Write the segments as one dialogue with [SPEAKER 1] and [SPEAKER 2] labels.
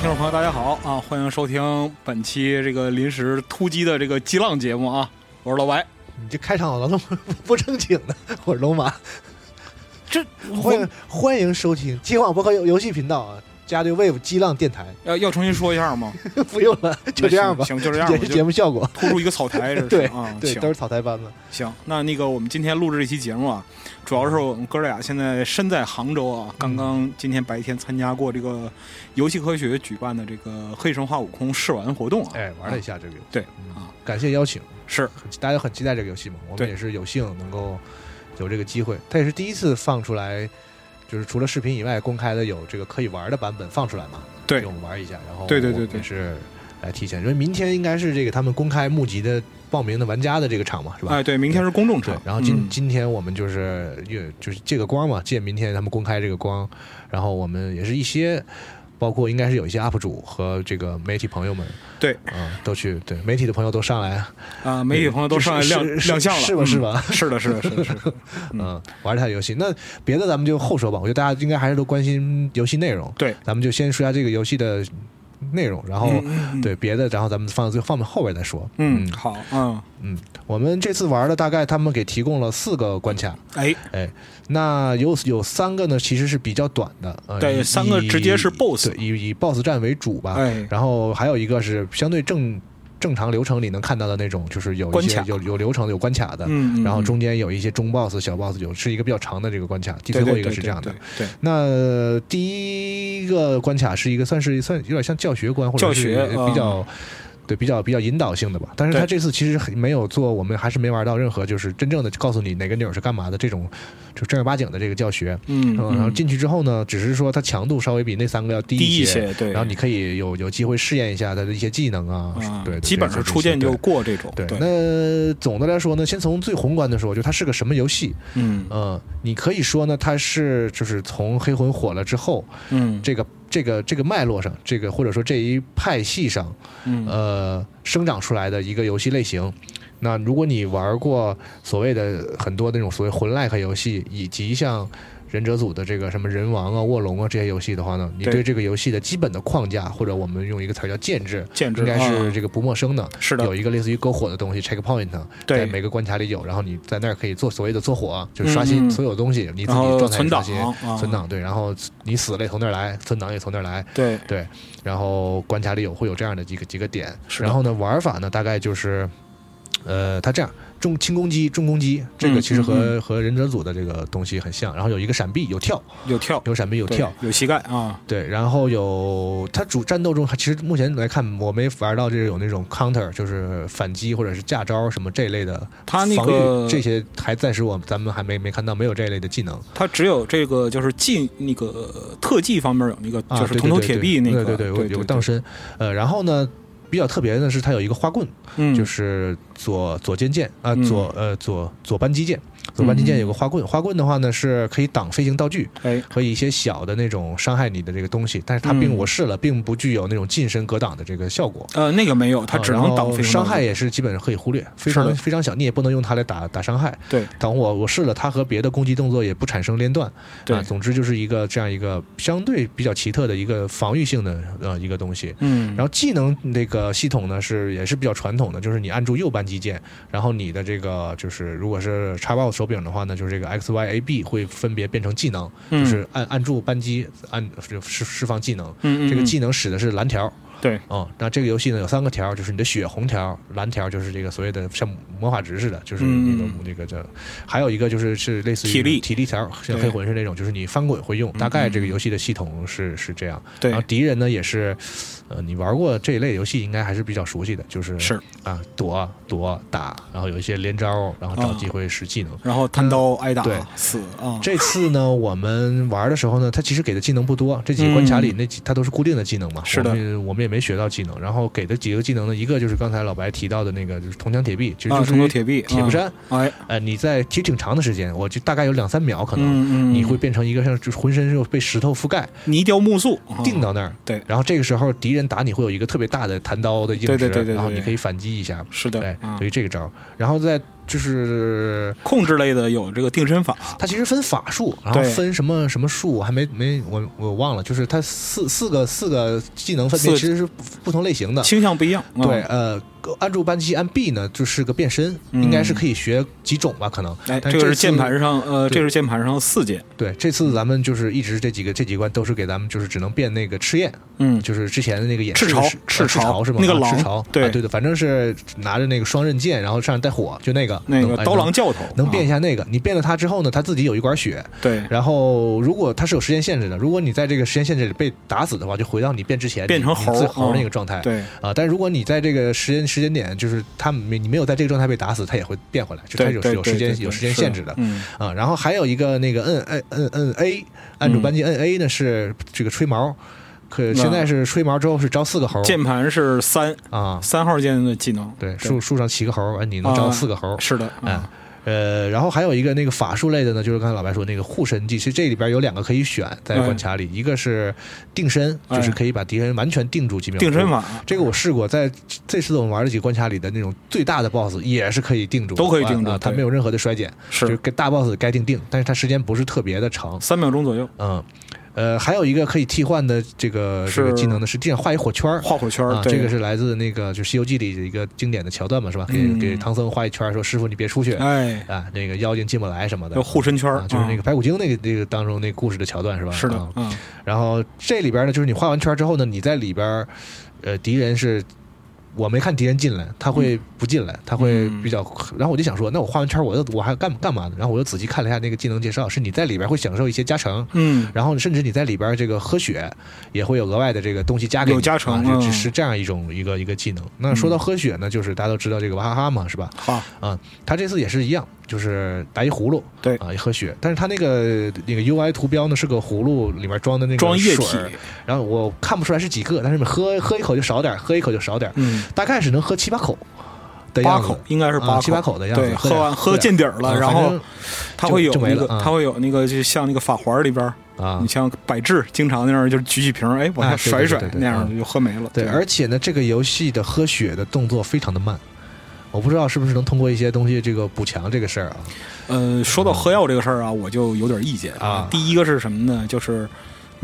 [SPEAKER 1] 听众朋友，大家好啊！欢迎收听本期这个临时突击的这个激浪节目啊！我是老白，
[SPEAKER 2] 你这开场老那么不正经的， 我是龙马，
[SPEAKER 1] 这
[SPEAKER 2] 欢迎欢迎收听今晚播客游游戏频道啊，加对 Wave 激浪电台，
[SPEAKER 1] 要要重新说一下吗？
[SPEAKER 2] 不用了， 就这样吧，
[SPEAKER 1] 行，行就这样吧
[SPEAKER 2] 也，是
[SPEAKER 1] 就
[SPEAKER 2] 节目效果，
[SPEAKER 1] 突出一个草 台，这是
[SPEAKER 2] 对
[SPEAKER 1] 啊，
[SPEAKER 2] 对，都
[SPEAKER 1] 行
[SPEAKER 2] 是草台班子，
[SPEAKER 1] 行。那那个我们今天录制这期节目啊，主要是我们哥俩现在身在杭州啊，刚刚今天白天参加过这个游戏科学举办的这个黑神话悟空试玩活动啊，
[SPEAKER 2] 哎，玩了一下这个游戏，
[SPEAKER 1] 对
[SPEAKER 2] 嗯
[SPEAKER 1] 啊，
[SPEAKER 2] 感谢邀请，
[SPEAKER 1] 是
[SPEAKER 2] 很大家很期待这个游戏嘛，我
[SPEAKER 1] 对
[SPEAKER 2] 们也是有幸能够有这个机会，它也是第一次放出来。就是除了视频以外，公开的有这个可以玩的版本放出来嘛？
[SPEAKER 1] 对
[SPEAKER 2] 给我们玩一下，然后
[SPEAKER 1] 对对
[SPEAKER 2] 我们
[SPEAKER 1] 对对
[SPEAKER 2] 也是来提前，因为明天应该是这个他们公开募集的报名的玩家的这个场嘛，是吧？
[SPEAKER 1] 哎，对，明天是公众
[SPEAKER 2] 对
[SPEAKER 1] 场，，
[SPEAKER 2] 然后今、
[SPEAKER 1] 嗯
[SPEAKER 2] 今天我们就是也就是借个光嘛，借明天他们公开这个光，然后我们也是一些，包括应该是有一些 UP 主和这个媒体朋友们，
[SPEAKER 1] 对，
[SPEAKER 2] 嗯，都去对媒体的朋友都上来，
[SPEAKER 1] 啊，媒体朋友都上来亮
[SPEAKER 2] 是是
[SPEAKER 1] 亮相了，
[SPEAKER 2] 是吧？是
[SPEAKER 1] 嗯
[SPEAKER 2] 吧？
[SPEAKER 1] 是的，是的，是的，是的，嗯
[SPEAKER 2] 嗯，玩他的游戏，那别的咱们就后说吧。我觉得大家应该还是都关心游戏内容，
[SPEAKER 1] 对，
[SPEAKER 2] 咱们就先说一下这个游戏的内容， 然后、
[SPEAKER 1] 嗯嗯嗯
[SPEAKER 2] 对别的，然后咱们放到最放到后边再说。
[SPEAKER 1] 嗯，好，嗯，
[SPEAKER 2] 嗯，我们这次玩的大概他们给提供了四个关卡，
[SPEAKER 1] 哎，
[SPEAKER 2] 哎，那有有三个呢，其实是比较短的，呃、
[SPEAKER 1] 对
[SPEAKER 2] 以
[SPEAKER 1] 三个直接是 BOSS
[SPEAKER 2] 对以以 BOSS 战为主吧。
[SPEAKER 1] 哎
[SPEAKER 2] 然后还有一个是相对正正常流程里能看到的那种，就是有一些
[SPEAKER 1] 关卡
[SPEAKER 2] 有有流程有关卡的，
[SPEAKER 1] 嗯，嗯
[SPEAKER 2] 然后
[SPEAKER 1] 嗯
[SPEAKER 2] 中间有一些中 BOSS、小 BOSS，有是一个比较长的这个关卡。第
[SPEAKER 1] 对
[SPEAKER 2] 最
[SPEAKER 1] 对
[SPEAKER 2] 后一个
[SPEAKER 1] 对
[SPEAKER 2] 是
[SPEAKER 1] 对
[SPEAKER 2] 这样的
[SPEAKER 1] 对。对，
[SPEAKER 2] 那呃第一个关卡是一个算是算有点像教学关，或者是
[SPEAKER 1] 教学嗯
[SPEAKER 2] 比较、对比较比较引导性的吧。但是他
[SPEAKER 1] 对
[SPEAKER 2] 这次其实很没有做，我们还是没玩到任何就是真正的告诉你哪个钮是干嘛的这种就正儿八经的这个教学。
[SPEAKER 1] 嗯，
[SPEAKER 2] 嗯，然后进去之后呢，只是说它强度稍微比那三个要低
[SPEAKER 1] 低一
[SPEAKER 2] 一
[SPEAKER 1] 些，对，
[SPEAKER 2] 然后你可以有有机会试验一下它的一些技能啊，
[SPEAKER 1] 啊，
[SPEAKER 2] 对，对
[SPEAKER 1] 基本上
[SPEAKER 2] 这些
[SPEAKER 1] 初见就
[SPEAKER 2] 对
[SPEAKER 1] 过这种，
[SPEAKER 2] 对
[SPEAKER 1] 对，
[SPEAKER 2] 那总的来说呢，先从最宏观的说，就它是个什么游戏？
[SPEAKER 1] 嗯
[SPEAKER 2] 嗯，你可以说呢，它是就是从黑魂火了之后，
[SPEAKER 1] 嗯
[SPEAKER 2] 这个这个这个脉络上，这个或者说这一派系上，
[SPEAKER 1] 嗯
[SPEAKER 2] 呃，生长出来的一个游戏类型。那如果你玩过所谓的很多那种所谓魂 like 游戏，以及像忍者组的这个什么人王啊、卧龙啊这些游戏的话呢，你
[SPEAKER 1] 对
[SPEAKER 2] 对这个游戏的基本的框架，或者我们用一个词儿叫建制，
[SPEAKER 1] 建制
[SPEAKER 2] 应该
[SPEAKER 1] 啊
[SPEAKER 2] 是这个不陌生的。
[SPEAKER 1] 是的
[SPEAKER 2] 有，一个类似于篝火的东西 checkpoint，在每
[SPEAKER 1] 对，
[SPEAKER 2] 个关卡里有，然后你在那儿可以做所谓的做火，就是刷新
[SPEAKER 1] 嗯
[SPEAKER 2] 所有东西，你自
[SPEAKER 1] 然
[SPEAKER 2] 己
[SPEAKER 1] 后
[SPEAKER 2] 状态
[SPEAKER 1] 存
[SPEAKER 2] 也刷
[SPEAKER 1] 档
[SPEAKER 2] 新，
[SPEAKER 1] 啊
[SPEAKER 2] 存档对，然后你死了也从那儿来，存档也从那儿来，
[SPEAKER 1] 对，
[SPEAKER 2] 对，然后关卡里有会有这样的几个几个点，
[SPEAKER 1] 是的
[SPEAKER 2] 然后呢玩法呢大概就是，呃，它这样重轻攻击、重攻击，这
[SPEAKER 1] 嗯
[SPEAKER 2] 个其实和、
[SPEAKER 1] 嗯
[SPEAKER 2] 和忍者组的这个东西很像，然后有一个闪避，有跳，
[SPEAKER 1] 有跳
[SPEAKER 2] 有闪避，有
[SPEAKER 1] 对
[SPEAKER 2] 跳，
[SPEAKER 1] 有膝盖啊，
[SPEAKER 2] 对，然后有它主战斗中，其实目前来看，我没玩到这有那种 counter，就是反击或者是架招什么这一类的
[SPEAKER 1] 他那
[SPEAKER 2] 防
[SPEAKER 1] 个
[SPEAKER 2] 御，这些还暂时我咱们还没没看到，没有这一类的技能。
[SPEAKER 1] 他只有这个就是技那个特技方面有那个
[SPEAKER 2] 啊，
[SPEAKER 1] 就是
[SPEAKER 2] 对
[SPEAKER 1] 铜头铁臂那个，
[SPEAKER 2] 对对
[SPEAKER 1] 对
[SPEAKER 2] 有有个荡，身。呃，然后呢，比较特别的是它有一个花棍，
[SPEAKER 1] 嗯，
[SPEAKER 2] 就是左左肩剑啊、
[SPEAKER 1] 嗯
[SPEAKER 2] 左呃左左扳机剑，左扳机剑
[SPEAKER 1] 嗯
[SPEAKER 2] 有个花棍，花棍的话呢是可以挡飞行道具，
[SPEAKER 1] 哎，
[SPEAKER 2] 和一些小的那种伤害你的这个东西，但是它并
[SPEAKER 1] 嗯
[SPEAKER 2] 我试了，并不具有那种近身格挡的这个效果。
[SPEAKER 1] 呃，那个没有，他
[SPEAKER 2] 啊
[SPEAKER 1] 只
[SPEAKER 2] 然
[SPEAKER 1] 能
[SPEAKER 2] 后
[SPEAKER 1] 挡飞行
[SPEAKER 2] 伤
[SPEAKER 1] 道
[SPEAKER 2] 害
[SPEAKER 1] 具，
[SPEAKER 2] 也是基本上可以忽略，非
[SPEAKER 1] 是的
[SPEAKER 2] 常非常小，你也不能用它来打打伤害。
[SPEAKER 1] 对，
[SPEAKER 2] 等我我试了，它和别的攻击动作也不产生连段。
[SPEAKER 1] 对
[SPEAKER 2] 啊，总之就是一个这样一个相对比较奇特的一个防御性的呃一个东西。
[SPEAKER 1] 嗯，
[SPEAKER 2] 然后技能那个系统呢是也是比较传统的，就是你按住右扳击键，然后你的这个就是如果是叉 box 手柄的话呢，就是这个 X Y A B 会分别变成技能，
[SPEAKER 1] 嗯
[SPEAKER 2] 就是按按住扳机按就释释放技能，
[SPEAKER 1] 嗯嗯
[SPEAKER 2] 这个
[SPEAKER 1] 嗯
[SPEAKER 2] 技能使的是蓝条。
[SPEAKER 1] 对，
[SPEAKER 2] 哦，那这个游戏呢有三个条，就是你的血红条、蓝条，就是这个所谓的像魔法值似的，就是那个、
[SPEAKER 1] 嗯
[SPEAKER 2] 那个叫，还有一个就是是类似于
[SPEAKER 1] 体力
[SPEAKER 2] 体力条，像
[SPEAKER 1] 对嗯
[SPEAKER 2] 黑魂是那种，就是你翻滚会用。大概这个游戏的系统是是这样。
[SPEAKER 1] 对
[SPEAKER 2] 然后敌人呢也是，呃，你玩过这一类游戏应该还是比较熟悉的，就是
[SPEAKER 1] 是
[SPEAKER 2] 啊躲躲打，然后有一些连招，然后找
[SPEAKER 1] 啊
[SPEAKER 2] 机会使技能。
[SPEAKER 1] 然后贪刀挨打、
[SPEAKER 2] 嗯对
[SPEAKER 1] 死啊，
[SPEAKER 2] 这次呢，我们玩的时候呢，他其实给的技能不多，这几个关卡里那几它都是固定的技能嘛，
[SPEAKER 1] 嗯是的
[SPEAKER 2] 我们我们也没学到技能。然后给的几个技能呢，一个就是刚才老白提到的那个，就是铜墙铁壁，其实
[SPEAKER 1] 啊，
[SPEAKER 2] 就
[SPEAKER 1] 铜头
[SPEAKER 2] 是
[SPEAKER 1] 铁臂、
[SPEAKER 2] 铁布
[SPEAKER 1] 啊，
[SPEAKER 2] 衫。
[SPEAKER 1] 哎，
[SPEAKER 2] 呃，你在其实挺长的时间，我就大概有两三秒可能。
[SPEAKER 1] 嗯嗯，
[SPEAKER 2] 你会变成一个像就是浑身是被石头覆盖，
[SPEAKER 1] 泥雕木塑啊
[SPEAKER 2] 钉
[SPEAKER 1] 的，
[SPEAKER 2] 到那儿。
[SPEAKER 1] 嗯对
[SPEAKER 2] 然后这个时候敌人打你会有一个特别大的弹刀的硬直，
[SPEAKER 1] 对对对对对
[SPEAKER 2] 然后你可以反击一下。
[SPEAKER 1] 是的，
[SPEAKER 2] 对，
[SPEAKER 1] 啊
[SPEAKER 2] 所以这个招儿。然后在就是
[SPEAKER 1] 控制类的有这个定身法，
[SPEAKER 2] 它其实分法术，然后
[SPEAKER 1] 对
[SPEAKER 2] 分什么什么术，我还没没我我忘了，就是它四四个四个技能分别
[SPEAKER 1] 四
[SPEAKER 2] 其实是不同类型的。
[SPEAKER 1] 倾向不一样。嗯
[SPEAKER 2] 对，，呃，按住班七按 B 呢，就是个变身，
[SPEAKER 1] 嗯
[SPEAKER 2] 应该是可以学几种吧，可能。
[SPEAKER 1] 哎，
[SPEAKER 2] 但
[SPEAKER 1] 这个
[SPEAKER 2] 这
[SPEAKER 1] 是
[SPEAKER 2] 次
[SPEAKER 1] 键盘上，呃，
[SPEAKER 2] 对
[SPEAKER 1] 这个是键盘上四键，
[SPEAKER 2] 对，这次咱们就是一直这几个这几关都是给咱们就是只能变那个赤焰，
[SPEAKER 1] 嗯，
[SPEAKER 2] 就是之前的那个演示
[SPEAKER 1] 赤潮
[SPEAKER 2] 是
[SPEAKER 1] 赤
[SPEAKER 2] 呃
[SPEAKER 1] 潮
[SPEAKER 2] 潮是吗？
[SPEAKER 1] 那个
[SPEAKER 2] 啊
[SPEAKER 1] 狼
[SPEAKER 2] 赤潮，
[SPEAKER 1] 对
[SPEAKER 2] 啊对对，反正是拿着那个双刃剑，然后上面带火，就那个
[SPEAKER 1] 那
[SPEAKER 2] 能
[SPEAKER 1] 个
[SPEAKER 2] 哎
[SPEAKER 1] 刀
[SPEAKER 2] 能
[SPEAKER 1] 郎教头
[SPEAKER 2] 能变一
[SPEAKER 1] 下，
[SPEAKER 2] 下那个。你变了它之后呢，它自己有一管血，
[SPEAKER 1] 对，
[SPEAKER 2] 然后如果它是有时间限制的，如果你在这个时间限制里被打死的话，就回到你变之前
[SPEAKER 1] 变成
[SPEAKER 2] 你
[SPEAKER 1] 猴
[SPEAKER 2] 你
[SPEAKER 1] 儿
[SPEAKER 2] 最猴
[SPEAKER 1] 嗯
[SPEAKER 2] 那个状态。
[SPEAKER 1] 对，
[SPEAKER 2] 啊，但如果你在这个时间时间点，就是他没你没有在这个状态被打死，它也会变回来，就它
[SPEAKER 1] 对，
[SPEAKER 2] 有
[SPEAKER 1] 对
[SPEAKER 2] 有时间有时间限制的。
[SPEAKER 1] 嗯，
[SPEAKER 2] 啊，然后还有一个那个摁摁摁摁 A，按住扳机摁 A 呢是这个吹毛，可
[SPEAKER 1] 嗯
[SPEAKER 2] 现在是吹毛之后是招四个猴儿
[SPEAKER 1] 键盘是三
[SPEAKER 2] 啊，
[SPEAKER 1] 三号键的技能，
[SPEAKER 2] 哦对，树树上骑个猴儿，哎你能招
[SPEAKER 1] 啊
[SPEAKER 2] 四个猴儿，
[SPEAKER 1] 是的，
[SPEAKER 2] 哎
[SPEAKER 1] 啊，
[SPEAKER 2] 呃，然后还有一个那个法术类的呢，就是刚才老白说那个护身技，其实这里边有两个可以选在关卡里，一个是定身，就是
[SPEAKER 1] 哎
[SPEAKER 2] 可以把敌人完全定住几秒，
[SPEAKER 1] 定身法
[SPEAKER 2] 这个我试过，在这次我们玩的几个关卡里的那种最大的 BOSS 也是可以定住的，
[SPEAKER 1] 都可以定住
[SPEAKER 2] 啊啊它
[SPEAKER 1] 对
[SPEAKER 2] 没有任何的衰减，就是
[SPEAKER 1] 是
[SPEAKER 2] 跟大 BOSS 该定定，但是它时间不是特别的长，
[SPEAKER 1] 三秒钟左右，
[SPEAKER 2] 嗯，呃，还有一个可以替换的这个这个
[SPEAKER 1] 是
[SPEAKER 2] 技能呢，是地上画一火圈儿。
[SPEAKER 1] 画火圈儿
[SPEAKER 2] 啊，，
[SPEAKER 1] 对
[SPEAKER 2] 这个是来自那个就《西游记》里的一个经典的桥段嘛，是吧？给、
[SPEAKER 1] 嗯
[SPEAKER 2] 给唐僧画一圈儿，说师傅你别出去啊，
[SPEAKER 1] 哎，
[SPEAKER 2] 那个妖精进不来什么的
[SPEAKER 1] 要。护身圈儿嗯
[SPEAKER 2] 啊，，就是那个白骨精那个那个当中那个故事的桥段是吧？
[SPEAKER 1] 嗯，是的
[SPEAKER 2] 啊，
[SPEAKER 1] 嗯，
[SPEAKER 2] 然后这里边呢，就是你画完圈之后呢，你在里边，呃，敌人是。我没看敌人进来，他
[SPEAKER 1] 嗯
[SPEAKER 2] 会不进来，他会比较。然后我就想说，那我画完圈，我又我还干干嘛呢？然后我又仔细看了一下那个技能介绍，是你在里边会享受一些加成，
[SPEAKER 1] 嗯，
[SPEAKER 2] 然后甚至你在里边这个喝血也会有额外的这个东西加给你
[SPEAKER 1] 有加成
[SPEAKER 2] 啊就
[SPEAKER 1] 嗯
[SPEAKER 2] 只是这样一种一个一个技能。那说到喝血呢，就是大家都知道这个娃哈哈嘛，是吧？
[SPEAKER 1] 好，
[SPEAKER 2] 啊，他这次也是一样，就是打一葫芦，
[SPEAKER 1] 对
[SPEAKER 2] 啊，一喝血，但是他那个那个 UI 图标呢是个葫芦里面装的那个
[SPEAKER 1] 装液体，
[SPEAKER 2] 水儿然后我看不出来是几个，但是你喝喝一口就少点儿，喝一口就少点儿，
[SPEAKER 1] 嗯，
[SPEAKER 2] 大概是能喝七八口的
[SPEAKER 1] 八
[SPEAKER 2] 样子
[SPEAKER 1] 口。应该是
[SPEAKER 2] 啊
[SPEAKER 1] 八
[SPEAKER 2] 七八口的样子，
[SPEAKER 1] 对，喝
[SPEAKER 2] 喝点
[SPEAKER 1] 完喝
[SPEAKER 2] 点
[SPEAKER 1] 见底儿
[SPEAKER 2] 啊
[SPEAKER 1] 了，然
[SPEAKER 2] 反
[SPEAKER 1] 后
[SPEAKER 2] 正
[SPEAKER 1] 它会有
[SPEAKER 2] 就就没
[SPEAKER 1] 那
[SPEAKER 2] 了
[SPEAKER 1] 个，
[SPEAKER 2] 啊
[SPEAKER 1] 它会有那个，就像那个法环里边儿，
[SPEAKER 2] 啊
[SPEAKER 1] 你，像百智经常那样，就是举起瓶儿，哎，往
[SPEAKER 2] 啊
[SPEAKER 1] 下
[SPEAKER 2] 对
[SPEAKER 1] 甩
[SPEAKER 2] 对
[SPEAKER 1] 甩
[SPEAKER 2] 对对
[SPEAKER 1] 那样就喝没了。
[SPEAKER 2] 对，而且呢，这个游戏的喝血的动作非常的慢，我不知道是不是能通过一些东西这个补强这个事儿啊，
[SPEAKER 1] 呃，说到喝药这个事儿啊，我就有点意见
[SPEAKER 2] 嗯啊
[SPEAKER 1] 第一个是什么呢？就是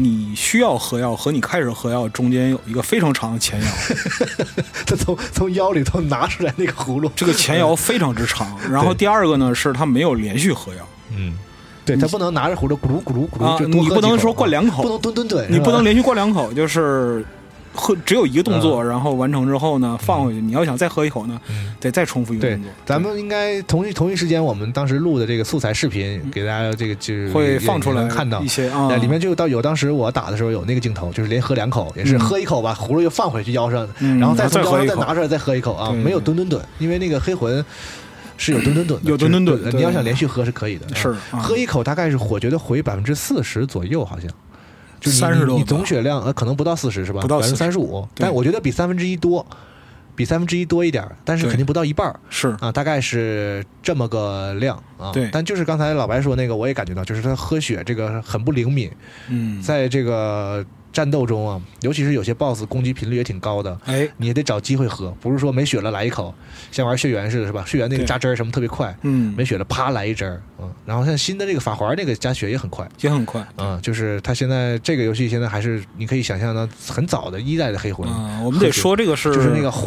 [SPEAKER 1] 你需要喝药和你开始喝药中间有一个非常长的前摇，
[SPEAKER 2] 他从从腰里头拿出来那个葫芦，
[SPEAKER 1] 这个前摇非常之 长。然后第二个呢是它没有连续喝药，
[SPEAKER 2] 嗯，对他不能拿着葫芦咕噜咕噜咕噜
[SPEAKER 1] 啊
[SPEAKER 2] 就多
[SPEAKER 1] 你
[SPEAKER 2] 喝
[SPEAKER 1] 不
[SPEAKER 2] 几
[SPEAKER 1] 能
[SPEAKER 2] 口
[SPEAKER 1] 说灌
[SPEAKER 2] 啊
[SPEAKER 1] 两口
[SPEAKER 2] 不能蹲蹲蹲，
[SPEAKER 1] 你
[SPEAKER 2] 是吧
[SPEAKER 1] 不能连续灌两口，就是喝只有一个动作，然后完成之后呢放回去。你要想再喝一口呢，
[SPEAKER 2] 嗯
[SPEAKER 1] 得再重复一个
[SPEAKER 2] 对
[SPEAKER 1] 动作。，
[SPEAKER 2] 咱们应该同一同一时间，我们当时录的这个素材视频，给大家这个就是
[SPEAKER 1] 嗯会放出
[SPEAKER 2] 也
[SPEAKER 1] 来
[SPEAKER 2] 能看到
[SPEAKER 1] 一。些啊，
[SPEAKER 2] 那里面就到有当时我打的时候有那个镜头，就是连喝两口，也是
[SPEAKER 1] 嗯
[SPEAKER 2] 喝一口吧，葫芦又放回去腰上，
[SPEAKER 1] 嗯
[SPEAKER 2] 然后再
[SPEAKER 1] 然后
[SPEAKER 2] 从
[SPEAKER 1] 再
[SPEAKER 2] 腰
[SPEAKER 1] 喝
[SPEAKER 2] 上
[SPEAKER 1] 一
[SPEAKER 2] 再
[SPEAKER 1] 口
[SPEAKER 2] 拿出来再喝一口啊，
[SPEAKER 1] 对
[SPEAKER 2] 没有
[SPEAKER 1] 对
[SPEAKER 2] 蹲蹲蹲，因为那个黑魂是有蹲蹲蹲的，
[SPEAKER 1] 有蹲蹲蹲
[SPEAKER 2] 就是
[SPEAKER 1] 对
[SPEAKER 2] 你要想连续喝是可以的，
[SPEAKER 1] 是
[SPEAKER 2] 啊
[SPEAKER 1] 啊
[SPEAKER 2] 喝一口大概是我觉得回百分之四十左右，好像。就你
[SPEAKER 1] 30
[SPEAKER 2] 你
[SPEAKER 1] 多
[SPEAKER 2] 你
[SPEAKER 1] 吧
[SPEAKER 2] 总血量呃可能不到四十是吧？
[SPEAKER 1] 不到
[SPEAKER 2] 百分
[SPEAKER 1] 40
[SPEAKER 2] 之三十五，
[SPEAKER 1] 对
[SPEAKER 2] 但我觉得比三分之一多，比三分之一多一点儿，但是
[SPEAKER 1] 对
[SPEAKER 2] 肯定不到一半儿。
[SPEAKER 1] 是
[SPEAKER 2] 啊，大概是这么个量啊。
[SPEAKER 1] 对
[SPEAKER 2] 但就是刚才老白说那个，我也感觉到，就是他喝血这个很不灵敏，
[SPEAKER 1] 嗯，
[SPEAKER 2] 在这个战斗中啊，尤其是有些 BOSS 攻击频率也挺高的，
[SPEAKER 1] 哎
[SPEAKER 2] 你也得找机会喝，不是说没血了来一口，像玩血缘似的，是吧？血缘那个
[SPEAKER 1] 对
[SPEAKER 2] 加汁儿什么特别快，
[SPEAKER 1] 嗯
[SPEAKER 2] 没，血了啪来一针儿，嗯。然后像新的这个法环那个加血也很快。
[SPEAKER 1] 也很快。
[SPEAKER 2] 啊，就是他现在这个游戏现在还是你可以想象到很早的一代的黑魂，
[SPEAKER 1] 嗯，我们得说这个是
[SPEAKER 2] 就是那个呼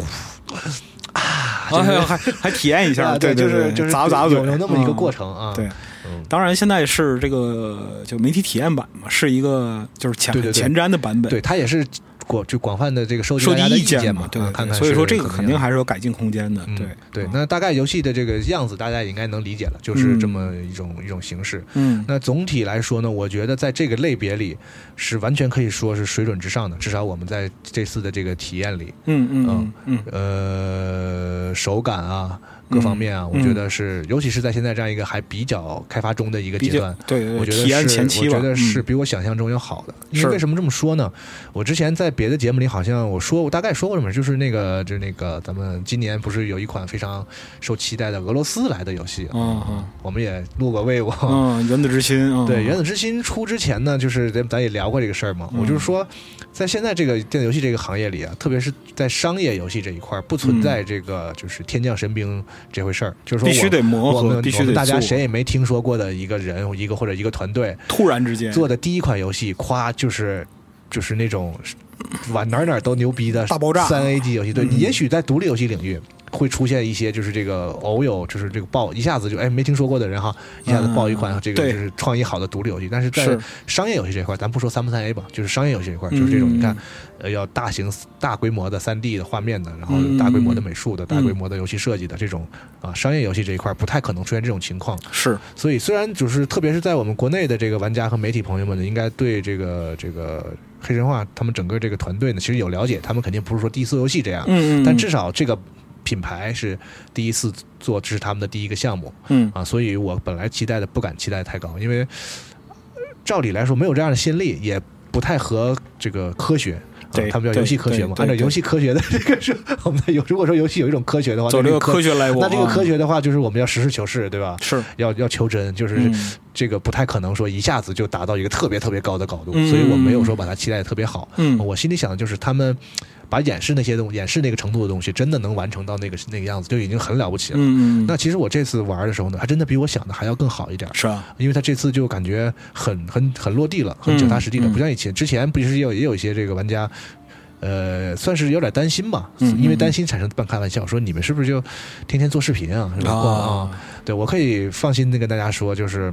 [SPEAKER 1] 啊，还还体验一下，
[SPEAKER 2] 啊
[SPEAKER 1] 对，
[SPEAKER 2] 就是就是
[SPEAKER 1] 砸砸嘴，
[SPEAKER 2] 有有那么一个过
[SPEAKER 1] 程。
[SPEAKER 2] 程啊，
[SPEAKER 1] 对
[SPEAKER 2] 嗯
[SPEAKER 1] 当然，现在是这个就媒体体验版嘛，是一个就是前
[SPEAKER 2] 对对对
[SPEAKER 1] 前瞻的版本，
[SPEAKER 2] 对，他也是广就广泛的这个收集
[SPEAKER 1] 收
[SPEAKER 2] 大
[SPEAKER 1] 集
[SPEAKER 2] 家的
[SPEAKER 1] 见
[SPEAKER 2] 嘛，
[SPEAKER 1] 对
[SPEAKER 2] 啊
[SPEAKER 1] 对对
[SPEAKER 2] 看看是怎么样。
[SPEAKER 1] 所以说这个肯定还是有改进空间的，
[SPEAKER 2] 嗯
[SPEAKER 1] 对
[SPEAKER 2] 对。那大概游戏的这个样子，大家也应该能理解了，就是这么一种、一种形式。
[SPEAKER 1] 嗯
[SPEAKER 2] 那总体来说呢，我觉得在这个类别里是完全可以说是水准之上的，至少我们在这次的这个体验里，
[SPEAKER 1] 嗯嗯嗯
[SPEAKER 2] 呃，手感啊，各方面啊，
[SPEAKER 1] 嗯
[SPEAKER 2] 我觉得是，尤其是在现在这样一个还比较开发中的一个
[SPEAKER 1] 比
[SPEAKER 2] 阶
[SPEAKER 1] 较
[SPEAKER 2] 段，
[SPEAKER 1] 对对，对
[SPEAKER 2] 我觉得
[SPEAKER 1] 体验
[SPEAKER 2] 是
[SPEAKER 1] 前期吧，
[SPEAKER 2] 我觉得
[SPEAKER 1] 嗯
[SPEAKER 2] 是比我想象中要好的。因
[SPEAKER 1] 是
[SPEAKER 2] 为为什么这么说呢？我之前在别的节目里好像我说，我大概说过什么，就是那个，就是那个，咱们今年不是有一款非常受期待的俄罗斯来的游戏，
[SPEAKER 1] 嗯嗯
[SPEAKER 2] 我们也录过魏我。
[SPEAKER 1] 嗯，原子之心啊，嗯
[SPEAKER 2] 对《原子之心》出之前呢，就是咱咱也聊过这个事儿嘛。
[SPEAKER 1] 嗯
[SPEAKER 2] 我就是说，在现在这个电子游戏这个行业里啊，特别是在商业游戏这一块儿，不存在这个就是天降神兵这回事儿，就是
[SPEAKER 1] 嗯
[SPEAKER 2] 说
[SPEAKER 1] 必须
[SPEAKER 2] 我
[SPEAKER 1] 得磨
[SPEAKER 2] 我
[SPEAKER 1] 合，
[SPEAKER 2] 们
[SPEAKER 1] 必
[SPEAKER 2] 我
[SPEAKER 1] 须
[SPEAKER 2] 们
[SPEAKER 1] 得
[SPEAKER 2] 大家
[SPEAKER 1] 做
[SPEAKER 2] 谁也没听说过的一个人、一个或者一个团队
[SPEAKER 1] 突然之间
[SPEAKER 2] 做的第一款游戏，夸就是就是那种往哪儿哪儿都牛逼的
[SPEAKER 1] 大爆炸
[SPEAKER 2] 三 A 级游戏。对，
[SPEAKER 1] 嗯
[SPEAKER 2] 也许在独立游戏领域会出现一些就是这个偶有就是这个爆一下子就哎没听说过的人哈，一下子爆一款
[SPEAKER 1] 嗯
[SPEAKER 2] 这个
[SPEAKER 1] 对
[SPEAKER 2] 就是创意好的独立游戏，但是在
[SPEAKER 1] 是
[SPEAKER 2] 商业游戏这一块，咱不说三不三 A 吧，就是商业游戏这一块，就是这种
[SPEAKER 1] 嗯
[SPEAKER 2] 你看，呃，要大型、大规模的三 D 的画面的，然后
[SPEAKER 1] 嗯
[SPEAKER 2] 大规模的美术的、大
[SPEAKER 1] 嗯
[SPEAKER 2] 规模的游戏设计的这种啊，商业游戏这一块不太可能出现这种情况。
[SPEAKER 1] 是
[SPEAKER 2] 所以，虽然就是特别是在我们国内的这个玩家和媒体朋友们呢，应该对这个这个黑神话他们整个这个团队呢，其实有了解，他们肯定不是说第一次游戏这样，
[SPEAKER 1] 嗯嗯，
[SPEAKER 2] 但至少这个品牌是第一次做，这是他们的第一个项目。
[SPEAKER 1] 嗯
[SPEAKER 2] 啊，所以我本来期待的不敢期待太高，因为呃照理来说没有这样的先例，也不太合这个科学。啊
[SPEAKER 1] 对
[SPEAKER 2] 他们叫游戏科学嘛，
[SPEAKER 1] 对对
[SPEAKER 2] 按照
[SPEAKER 1] 对
[SPEAKER 2] 游戏科学的这个是，我们的游如果说游戏有一种科学的话，
[SPEAKER 1] 走
[SPEAKER 2] 那
[SPEAKER 1] 这个科
[SPEAKER 2] 学，
[SPEAKER 1] 学来往，
[SPEAKER 2] 那这个科学的话，就是我们要实事求是，对吧？
[SPEAKER 1] 是
[SPEAKER 2] 要要求真，就是
[SPEAKER 1] 嗯
[SPEAKER 2] 这个不太可能说一下子就达到一个特别特别高的高度，
[SPEAKER 1] 嗯
[SPEAKER 2] 所以我没有说把它期待的特别好。
[SPEAKER 1] 嗯
[SPEAKER 2] 我心里想的就是他们把演示那些东演示那个程度的东西，真的能完成到那个那个样子，就已经很了不起了。
[SPEAKER 1] 嗯嗯，
[SPEAKER 2] 那其实我这次玩的时候呢，还真的比我想的还要更好一点儿，
[SPEAKER 1] 是啊，
[SPEAKER 2] 因为他这次就感觉很很很落地了，很脚踏实地了，
[SPEAKER 1] 嗯嗯
[SPEAKER 2] 不像以前。之前不是也有也有一些这个玩家，呃，算是有点担心吧，
[SPEAKER 1] 嗯嗯
[SPEAKER 2] 因为担心产生半开玩笑说你们是不是就天天做视频啊？是吧逛啊，对我可以放心的跟大家说，就是。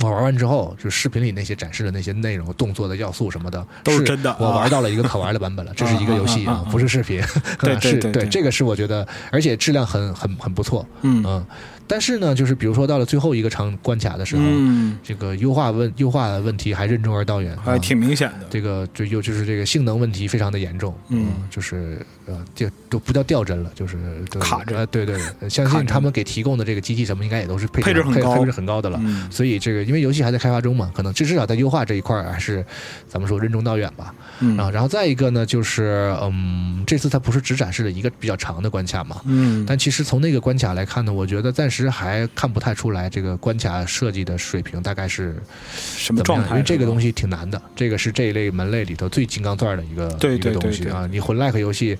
[SPEAKER 2] 我玩完之后，就视频里那些展示的那些内容、动作的要素什么的，
[SPEAKER 1] 都是真的
[SPEAKER 2] 我
[SPEAKER 1] 啊
[SPEAKER 2] 玩到了一个可玩的版本了，这是一个游戏
[SPEAKER 1] 啊啊
[SPEAKER 2] 啊
[SPEAKER 1] 啊，啊
[SPEAKER 2] 不是视频。
[SPEAKER 1] 对对
[SPEAKER 2] 是
[SPEAKER 1] 对
[SPEAKER 2] 对，
[SPEAKER 1] 对
[SPEAKER 2] 这个是我觉得，而且质量很很很不错。
[SPEAKER 1] 嗯
[SPEAKER 2] 嗯，但是呢，就是比如说到了最后一个场关卡的时候，
[SPEAKER 1] 嗯，
[SPEAKER 2] 这个优化问优化的问题还任重而道远，
[SPEAKER 1] 还
[SPEAKER 2] 啊
[SPEAKER 1] 挺明显的，
[SPEAKER 2] 这个就又就是这个性能问题非常的严重，啊
[SPEAKER 1] 嗯
[SPEAKER 2] 就是呃，这都不叫掉帧了，就是对
[SPEAKER 1] 卡帧
[SPEAKER 2] 呃，对对，对相
[SPEAKER 1] 卡
[SPEAKER 2] 信
[SPEAKER 1] 帧
[SPEAKER 2] 他们给提供的这个机器什么应该也都是配
[SPEAKER 1] 配置很
[SPEAKER 2] 配
[SPEAKER 1] 高
[SPEAKER 2] 配置很高的了。
[SPEAKER 1] 嗯
[SPEAKER 2] 所以这个，因为游戏还在开发中嘛，可能至至少在优化这一块儿还是，咱们说任重道远吧。
[SPEAKER 1] 嗯
[SPEAKER 2] 啊，然后再一个呢，就是嗯，这次它不是只展示了一个比较长的关卡嘛，
[SPEAKER 1] 嗯，
[SPEAKER 2] 但其实从那个关卡来看呢，我觉得暂时还看不太出来这个关卡设计的水平大概是
[SPEAKER 1] 什
[SPEAKER 2] 怎
[SPEAKER 1] 么
[SPEAKER 2] 么
[SPEAKER 1] 状
[SPEAKER 2] 样，因
[SPEAKER 1] 态？
[SPEAKER 2] 为这个东西挺难的，这个是这一类门类里头最金刚钻儿的一个
[SPEAKER 1] 对对
[SPEAKER 2] 一个东西
[SPEAKER 1] 对对
[SPEAKER 2] 啊。你魂 like 游戏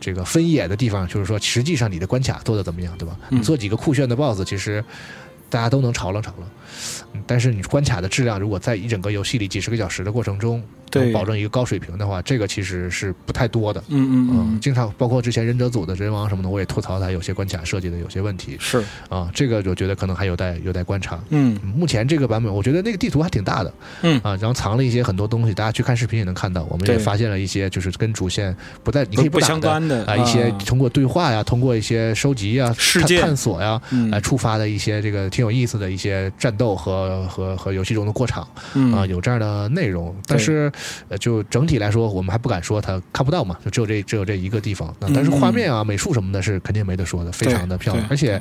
[SPEAKER 2] 这个分野的地方，就是说实际上你的关卡做的怎么样，对吧？
[SPEAKER 1] 嗯
[SPEAKER 2] 你做几个酷炫的 BOSS，其实。大家都能吵了吵了，嗯但是你关卡的质量，如果在一整个游戏里几十个小时的过程中，
[SPEAKER 1] 对
[SPEAKER 2] 能保证一个高水平的话，这个其实是不太多的。
[SPEAKER 1] 嗯嗯
[SPEAKER 2] 嗯，
[SPEAKER 1] 嗯，
[SPEAKER 2] 经常包括之前忍者组的人王什么的，我也吐槽他有些关卡设计的有些问题
[SPEAKER 1] 是，
[SPEAKER 2] 啊，这个我觉得可能还有待有待观察。
[SPEAKER 1] 嗯
[SPEAKER 2] 嗯目前这个版本，我觉得那个地图还挺大的，
[SPEAKER 1] 嗯
[SPEAKER 2] 啊，然后藏了一些很多东西，大家去看视频也能看到。我们也
[SPEAKER 1] 对
[SPEAKER 2] 发现了一些就是跟主线不在，你可以
[SPEAKER 1] 不
[SPEAKER 2] 打
[SPEAKER 1] 相
[SPEAKER 2] 的
[SPEAKER 1] 干的
[SPEAKER 2] 啊，一些
[SPEAKER 1] 啊
[SPEAKER 2] 通过对话呀，通过一些收集呀、
[SPEAKER 1] 事
[SPEAKER 2] 探
[SPEAKER 1] 件
[SPEAKER 2] 探索呀，
[SPEAKER 1] 嗯
[SPEAKER 2] 来触发的一些这个挺有意思的一些战斗和和和游戏中的过场。啊、
[SPEAKER 1] 嗯
[SPEAKER 2] 有这样的内容，但
[SPEAKER 1] 对
[SPEAKER 2] 是呃，就整体来说，我们还不敢说它看不到嘛，就只有这只有这一个地方。那但是画面啊、美术什么的，是肯定没得说的，非
[SPEAKER 1] 嗯对
[SPEAKER 2] 常的漂亮，
[SPEAKER 1] 对
[SPEAKER 2] 而且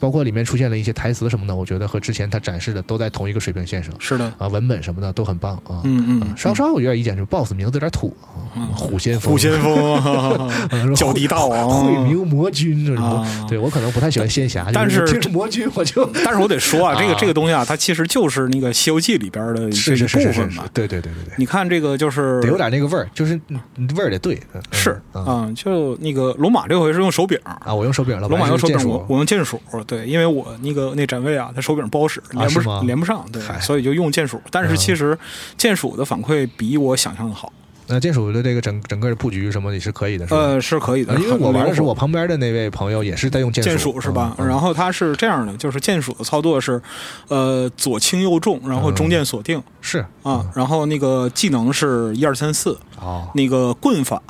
[SPEAKER 2] 包括里面出现了一些台词什么的，我觉得和之前它展示的都在同一个水平线上
[SPEAKER 1] 是的，
[SPEAKER 2] 啊，文本什么的都很棒啊。
[SPEAKER 1] 嗯
[SPEAKER 2] 啊
[SPEAKER 1] 嗯，
[SPEAKER 2] 稍稍我有点意见，就是 BOSS 名字有点土啊，
[SPEAKER 1] 嗯
[SPEAKER 2] 虎先锋，
[SPEAKER 1] 虎先锋，
[SPEAKER 2] 锋
[SPEAKER 1] 脚底大王
[SPEAKER 2] 惠明魔君这种
[SPEAKER 1] 啊，
[SPEAKER 2] 对我可能不太喜欢仙侠，就
[SPEAKER 1] 但是
[SPEAKER 2] 听着魔君我就
[SPEAKER 1] 但是我得说啊，这个
[SPEAKER 2] 啊
[SPEAKER 1] 这个东西啊，它其实就是那个《西游记》里边的这
[SPEAKER 2] 是
[SPEAKER 1] 嗯一
[SPEAKER 2] 是是
[SPEAKER 1] 部
[SPEAKER 2] 是是
[SPEAKER 1] 分，嘛。
[SPEAKER 2] 对对对对对。
[SPEAKER 1] 你看这个就是
[SPEAKER 2] 得有点那个味儿，就是嗯味儿得对。嗯
[SPEAKER 1] 是
[SPEAKER 2] 嗯
[SPEAKER 1] 啊，就那个龙马这回是用手柄，
[SPEAKER 2] 啊，我用手柄了，
[SPEAKER 1] 龙马
[SPEAKER 2] 用
[SPEAKER 1] 用手柄，我
[SPEAKER 2] 我
[SPEAKER 1] 我用键鼠，对，因为我那个那展位啊，它手柄不好使，连不
[SPEAKER 2] 是吗
[SPEAKER 1] 上连不上，对
[SPEAKER 2] 嗨，
[SPEAKER 1] 所以就用键鼠。但是
[SPEAKER 2] 嗯
[SPEAKER 1] 其实键鼠的反馈比我想象的好，
[SPEAKER 2] 那键鼠的这个整整个的布局什么也是可以的，是吧？
[SPEAKER 1] 呃，是可以的
[SPEAKER 2] 呃，因为
[SPEAKER 1] 很
[SPEAKER 2] 我玩的时
[SPEAKER 1] 灵
[SPEAKER 2] 候，
[SPEAKER 1] 活
[SPEAKER 2] 我旁边的那位朋友也是在用键
[SPEAKER 1] 键
[SPEAKER 2] 鼠，
[SPEAKER 1] 鼠是吧？
[SPEAKER 2] 嗯嗯
[SPEAKER 1] 然后它是这样的，就是键鼠的操作是，呃，左轻右重，然
[SPEAKER 2] 嗯
[SPEAKER 1] 后中键锁定
[SPEAKER 2] 是
[SPEAKER 1] 啊，然后那个技能是一二三四，
[SPEAKER 2] 哦，
[SPEAKER 1] 那个棍法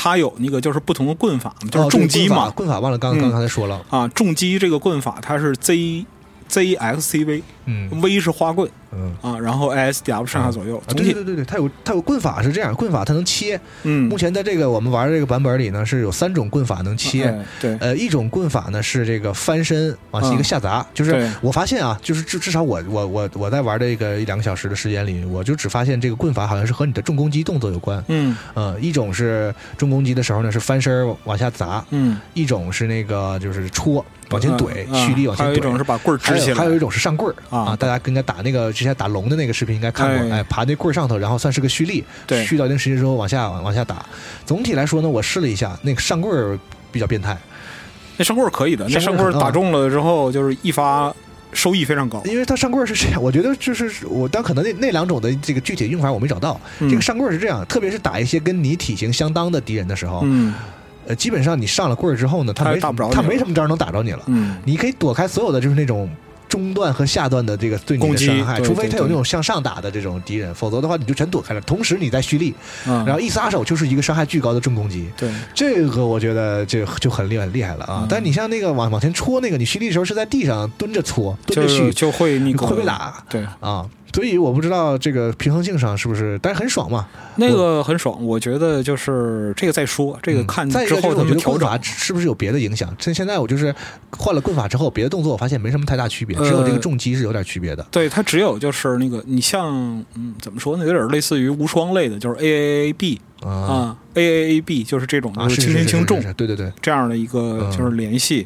[SPEAKER 1] 它有那个就是不同的棍法嘛，就是
[SPEAKER 2] 哦这个
[SPEAKER 1] 重击
[SPEAKER 2] 棍
[SPEAKER 1] 嘛
[SPEAKER 2] 法，棍法忘了
[SPEAKER 1] 嗯
[SPEAKER 2] 刚刚才说了，
[SPEAKER 1] 啊，重击这个棍法它是 Z Z X C V。
[SPEAKER 2] 嗯
[SPEAKER 1] V 是花棍
[SPEAKER 2] 嗯。
[SPEAKER 1] 啊，然后 ISDF 上下左右，
[SPEAKER 2] 啊
[SPEAKER 1] 总
[SPEAKER 2] 对
[SPEAKER 1] 体
[SPEAKER 2] 对对对，它有它有棍法是这样，棍法它能切。
[SPEAKER 1] 嗯
[SPEAKER 2] 目，前在这个我们玩的这个版本里呢，是有三种棍法能切。
[SPEAKER 1] 哎对，
[SPEAKER 2] 呃，一种棍法呢是这个翻身啊，是一个
[SPEAKER 1] 嗯
[SPEAKER 2] 下砸，就是
[SPEAKER 1] 对
[SPEAKER 2] 我发现啊，就是至至少我我我我在玩这个一两个小时的时间里，我就只发现这个棍法好像是和你的重攻击动作有关。
[SPEAKER 1] 嗯
[SPEAKER 2] 呃，一种是重攻击的时候呢是翻身儿往下砸，
[SPEAKER 1] 嗯，
[SPEAKER 2] 一种是那个就是戳往前怼，
[SPEAKER 1] 嗯
[SPEAKER 2] 蓄力往
[SPEAKER 1] 还
[SPEAKER 2] 前
[SPEAKER 1] 有一种
[SPEAKER 2] 怼。
[SPEAKER 1] 是把棍儿
[SPEAKER 2] 还
[SPEAKER 1] 支起
[SPEAKER 2] 有
[SPEAKER 1] 来，
[SPEAKER 2] 还有一种是上棍儿，
[SPEAKER 1] 啊
[SPEAKER 2] 啊，大家应该打那个之前打龙的那个视频应该看过，
[SPEAKER 1] 哎
[SPEAKER 2] 哎，爬那棍儿上头，然后算是个蓄力，
[SPEAKER 1] 对
[SPEAKER 2] 蓄到一定时间之后往下往往下打。总体来说呢，我试了一下，那个上棍儿比较变态，
[SPEAKER 1] 哦那上棍儿可以的，那上
[SPEAKER 2] 上
[SPEAKER 1] 棍
[SPEAKER 2] 棍
[SPEAKER 1] 儿
[SPEAKER 2] 儿
[SPEAKER 1] 打中了之后就是一发收益非常高。
[SPEAKER 2] 因为它上棍儿是这样，我 觉得就是我，但可能那那两种的这个具体用法我没找到。
[SPEAKER 1] 嗯
[SPEAKER 2] 这个上棍儿是这样，特别是打一些跟你体型相当的敌人的时候，
[SPEAKER 1] 嗯
[SPEAKER 2] 呃，基本上你上了棍儿之后呢，他
[SPEAKER 1] 他
[SPEAKER 2] 没
[SPEAKER 1] 打不着你
[SPEAKER 2] 他
[SPEAKER 1] 了
[SPEAKER 2] 没什么招儿能打着你了。
[SPEAKER 1] 嗯，
[SPEAKER 2] 你可以躲开所有的就是那种中段和下段的这个对你
[SPEAKER 1] 攻
[SPEAKER 2] 的
[SPEAKER 1] 击
[SPEAKER 2] 伤害，
[SPEAKER 1] 对
[SPEAKER 2] 除非
[SPEAKER 1] 对
[SPEAKER 2] 他有
[SPEAKER 1] 对
[SPEAKER 2] 那种向上打的这种敌人，否则的话你就全躲开了。同时你在蓄力，
[SPEAKER 1] 嗯
[SPEAKER 2] 然后一撒手就是一个伤害巨高的重攻击，
[SPEAKER 1] 对，
[SPEAKER 2] 这个我觉得就就很厉害很厉害了啊
[SPEAKER 1] 嗯！
[SPEAKER 2] 但你像那个往往前戳那个，你蓄力的时候是在地上蹲着搓蹲
[SPEAKER 1] 就
[SPEAKER 2] 着
[SPEAKER 1] 是
[SPEAKER 2] 蓄，
[SPEAKER 1] 就会那个
[SPEAKER 2] 会被打
[SPEAKER 1] 对，
[SPEAKER 2] 啊，所以我不知道这个平衡性上是不是，但是很爽嘛。
[SPEAKER 1] 那个很爽，我觉得就是这个再说，这个
[SPEAKER 2] 嗯
[SPEAKER 1] 看
[SPEAKER 2] 再一个
[SPEAKER 1] 之
[SPEAKER 2] 就是
[SPEAKER 1] 后他
[SPEAKER 2] 我觉
[SPEAKER 1] 们
[SPEAKER 2] 得
[SPEAKER 1] 调
[SPEAKER 2] 棍
[SPEAKER 1] 整
[SPEAKER 2] 法。是不是有别的影响？像现在我就是换了棍法之后，别的动作我发现没什么太大区别，只有这
[SPEAKER 1] 呃
[SPEAKER 2] 个重击是有点区别的。
[SPEAKER 1] 对，它只有就是那个，你像嗯，怎么说呢？有点类似于无双类的，就是 A A A B
[SPEAKER 2] 啊
[SPEAKER 1] 啊，A A A B 就是这种，
[SPEAKER 2] 啊，
[SPEAKER 1] 就是嗯轻
[SPEAKER 2] 是
[SPEAKER 1] 轻
[SPEAKER 2] 是
[SPEAKER 1] 轻
[SPEAKER 2] 是
[SPEAKER 1] 重
[SPEAKER 2] 是对对对
[SPEAKER 1] 这样的一个
[SPEAKER 2] 嗯
[SPEAKER 1] 就是联系。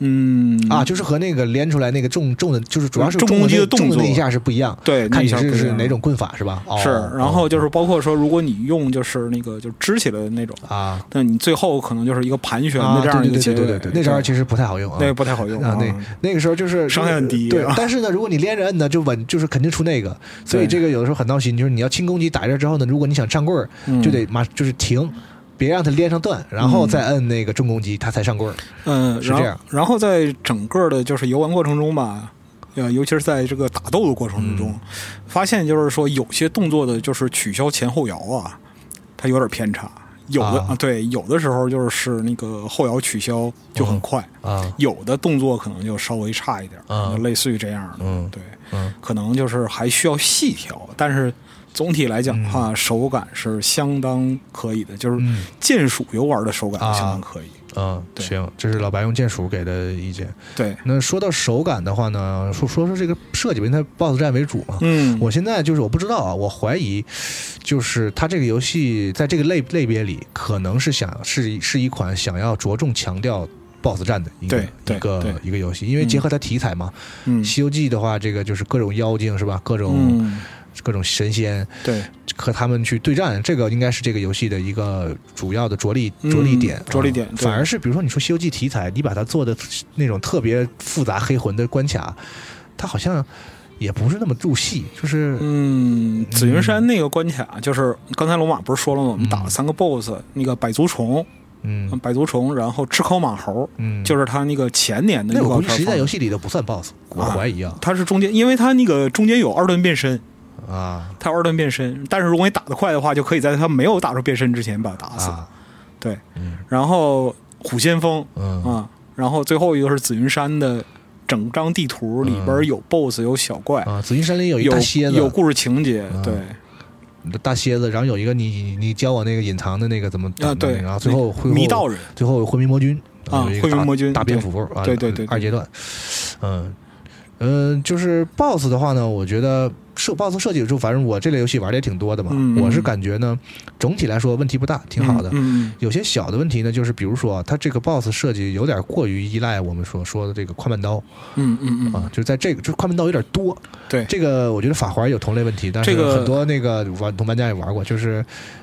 [SPEAKER 1] 嗯
[SPEAKER 2] 啊，就是和那个连出来那个重重的，就是主要是
[SPEAKER 1] 重
[SPEAKER 2] 重
[SPEAKER 1] 攻击的
[SPEAKER 2] 的那重
[SPEAKER 1] 动
[SPEAKER 2] 那
[SPEAKER 1] 作
[SPEAKER 2] 一下是不一样，
[SPEAKER 1] 对，那
[SPEAKER 2] 看
[SPEAKER 1] 一
[SPEAKER 2] 你
[SPEAKER 1] 下
[SPEAKER 2] 是
[SPEAKER 1] 不一
[SPEAKER 2] 是
[SPEAKER 1] 样
[SPEAKER 2] 哪种棍法是吧？哦
[SPEAKER 1] 是，然后就是
[SPEAKER 2] 哦
[SPEAKER 1] 包括说，如果你用就是那个就支起来的那种，
[SPEAKER 2] 啊
[SPEAKER 1] 那你最后可能就是一个盘旋
[SPEAKER 2] 啊
[SPEAKER 1] 的这样一
[SPEAKER 2] 对
[SPEAKER 1] 个
[SPEAKER 2] 对
[SPEAKER 1] 结
[SPEAKER 2] 对
[SPEAKER 1] 尾，
[SPEAKER 2] 对对对，那招儿其实不太好用啊
[SPEAKER 1] 那。个不太好用
[SPEAKER 2] 啊，那那个时候就是
[SPEAKER 1] 伤害很低
[SPEAKER 2] 对
[SPEAKER 1] 啊。
[SPEAKER 2] 但是呢，如果你连着摁呢，就稳，就是肯定出那个。所以
[SPEAKER 1] 对
[SPEAKER 2] 这个有的时候很闹心，就是你要轻攻击打一下之后呢，如果你想上棍儿，
[SPEAKER 1] 嗯
[SPEAKER 2] 就得马就是停，别让它连上断，然后
[SPEAKER 1] 嗯
[SPEAKER 2] 再摁那个重攻击，它才上棍儿。
[SPEAKER 1] 嗯，
[SPEAKER 2] 是这
[SPEAKER 1] 然
[SPEAKER 2] 样
[SPEAKER 1] 后然后在整个的就是游玩过程中吧，呃，尤其是在这个打斗的过程中，
[SPEAKER 2] 嗯
[SPEAKER 1] 发现就是说有些动作的就是取消前后摇啊，它有点偏差。有的
[SPEAKER 2] 啊
[SPEAKER 1] 对，有的时候就是那个后摇取消就很快，
[SPEAKER 2] 啊，
[SPEAKER 1] 有的动作可能就稍微差一点，
[SPEAKER 2] 啊
[SPEAKER 1] 就类似于这样的。
[SPEAKER 2] 嗯
[SPEAKER 1] 对，
[SPEAKER 2] 嗯
[SPEAKER 1] 可能就是还需要细调，但是总体来讲的话，手感是相当可以的，就是
[SPEAKER 2] 嗯
[SPEAKER 1] 剑鼠游玩的手感
[SPEAKER 2] 啊
[SPEAKER 1] 相当可以。
[SPEAKER 2] 啊，
[SPEAKER 1] 对
[SPEAKER 2] 行，这是老白用剑鼠给的意见。
[SPEAKER 1] 对，
[SPEAKER 2] 那说到手感的话呢，说说说这个设计吧，因为它 BOSS 战为主嘛。
[SPEAKER 1] 嗯，
[SPEAKER 2] 我现在就是我不知道啊，我怀疑，就是它这个游戏在这个类类别里，可能是想是一是一款想要着重强调 BOSS 战的一个
[SPEAKER 1] 对对
[SPEAKER 2] 一个
[SPEAKER 1] 对
[SPEAKER 2] 一个游戏，因为结合它题材嘛，
[SPEAKER 1] 嗯
[SPEAKER 2] 西游记》的话，这个就是各种妖精是吧？各种、
[SPEAKER 1] 嗯，
[SPEAKER 2] 各种神仙
[SPEAKER 1] 对，
[SPEAKER 2] 和他们去对战，这个应该是这个游戏的一个主要的着力
[SPEAKER 1] 嗯
[SPEAKER 2] 着力点，
[SPEAKER 1] 着力点
[SPEAKER 2] 啊
[SPEAKER 1] 对
[SPEAKER 2] 反而是比如说你说《西游记》题材，你把它做的那种特别复杂黑魂的关卡，它好像也不是那么入戏，就是。
[SPEAKER 1] 嗯，紫云山那个关卡就是刚才龙马不是说了吗？我们打了三个 BOSS，、那个百足虫，
[SPEAKER 2] 嗯
[SPEAKER 1] 百足虫，然后赤尻马猴，
[SPEAKER 2] 嗯，
[SPEAKER 1] 就是是他那个前年的
[SPEAKER 2] 那
[SPEAKER 1] 预
[SPEAKER 2] 我
[SPEAKER 1] 告
[SPEAKER 2] 估计
[SPEAKER 1] 片
[SPEAKER 2] 实际在
[SPEAKER 1] 放
[SPEAKER 2] 游
[SPEAKER 1] 的。
[SPEAKER 2] 戏里都不算 BOSS，我
[SPEAKER 1] 啊
[SPEAKER 2] 怀疑啊
[SPEAKER 1] 它是中间，因为它那个中间有二段变身，
[SPEAKER 2] 啊
[SPEAKER 1] 它有二段变身，但是如果你打得快的话，就可以在它没有打出变身之前把它打死。
[SPEAKER 2] 啊，
[SPEAKER 1] 对，
[SPEAKER 2] 嗯
[SPEAKER 1] 然后虎先锋
[SPEAKER 2] 嗯
[SPEAKER 1] 啊，然后最后一个是紫云山的整张地图里边
[SPEAKER 2] 嗯
[SPEAKER 1] 有 BOSS 有小怪，
[SPEAKER 2] 啊，紫金山林有一
[SPEAKER 1] 有
[SPEAKER 2] 大蝎
[SPEAKER 1] 有
[SPEAKER 2] 子，
[SPEAKER 1] 故事情节，
[SPEAKER 2] 嗯
[SPEAKER 1] 对。
[SPEAKER 2] 大蝎子，然后有一个你你你教我那个隐藏的那个怎么打
[SPEAKER 1] 啊，
[SPEAKER 2] 的那
[SPEAKER 1] 对，
[SPEAKER 2] 个，然后最后会
[SPEAKER 1] 迷道人，
[SPEAKER 2] 最后昏迷魔君
[SPEAKER 1] 啊
[SPEAKER 2] 有一个
[SPEAKER 1] 昏迷
[SPEAKER 2] 大
[SPEAKER 1] 魔君
[SPEAKER 2] 大
[SPEAKER 1] 对
[SPEAKER 2] 蝙蝠啊，
[SPEAKER 1] 对对对对
[SPEAKER 2] 二阶段，嗯嗯，就是 BOSS 的话呢，我觉得设 BOSS 设计的时候，反正我这类游戏玩的也挺多的嘛，
[SPEAKER 1] 嗯
[SPEAKER 2] 我是感觉呢，总体来说问题不大，挺好的。
[SPEAKER 1] 嗯，嗯
[SPEAKER 2] 有些小的问题呢，就是比如说啊，它这个 BOSS 设计有点过于依赖我们所说的这个快慢刀
[SPEAKER 1] 嗯嗯嗯
[SPEAKER 2] 啊，就是在这个就是快慢刀有点多。
[SPEAKER 1] 对
[SPEAKER 2] 这个我觉得法环有同类问题，但是
[SPEAKER 1] 哎这个
[SPEAKER 2] 很多那个玩同玩家也玩过，就是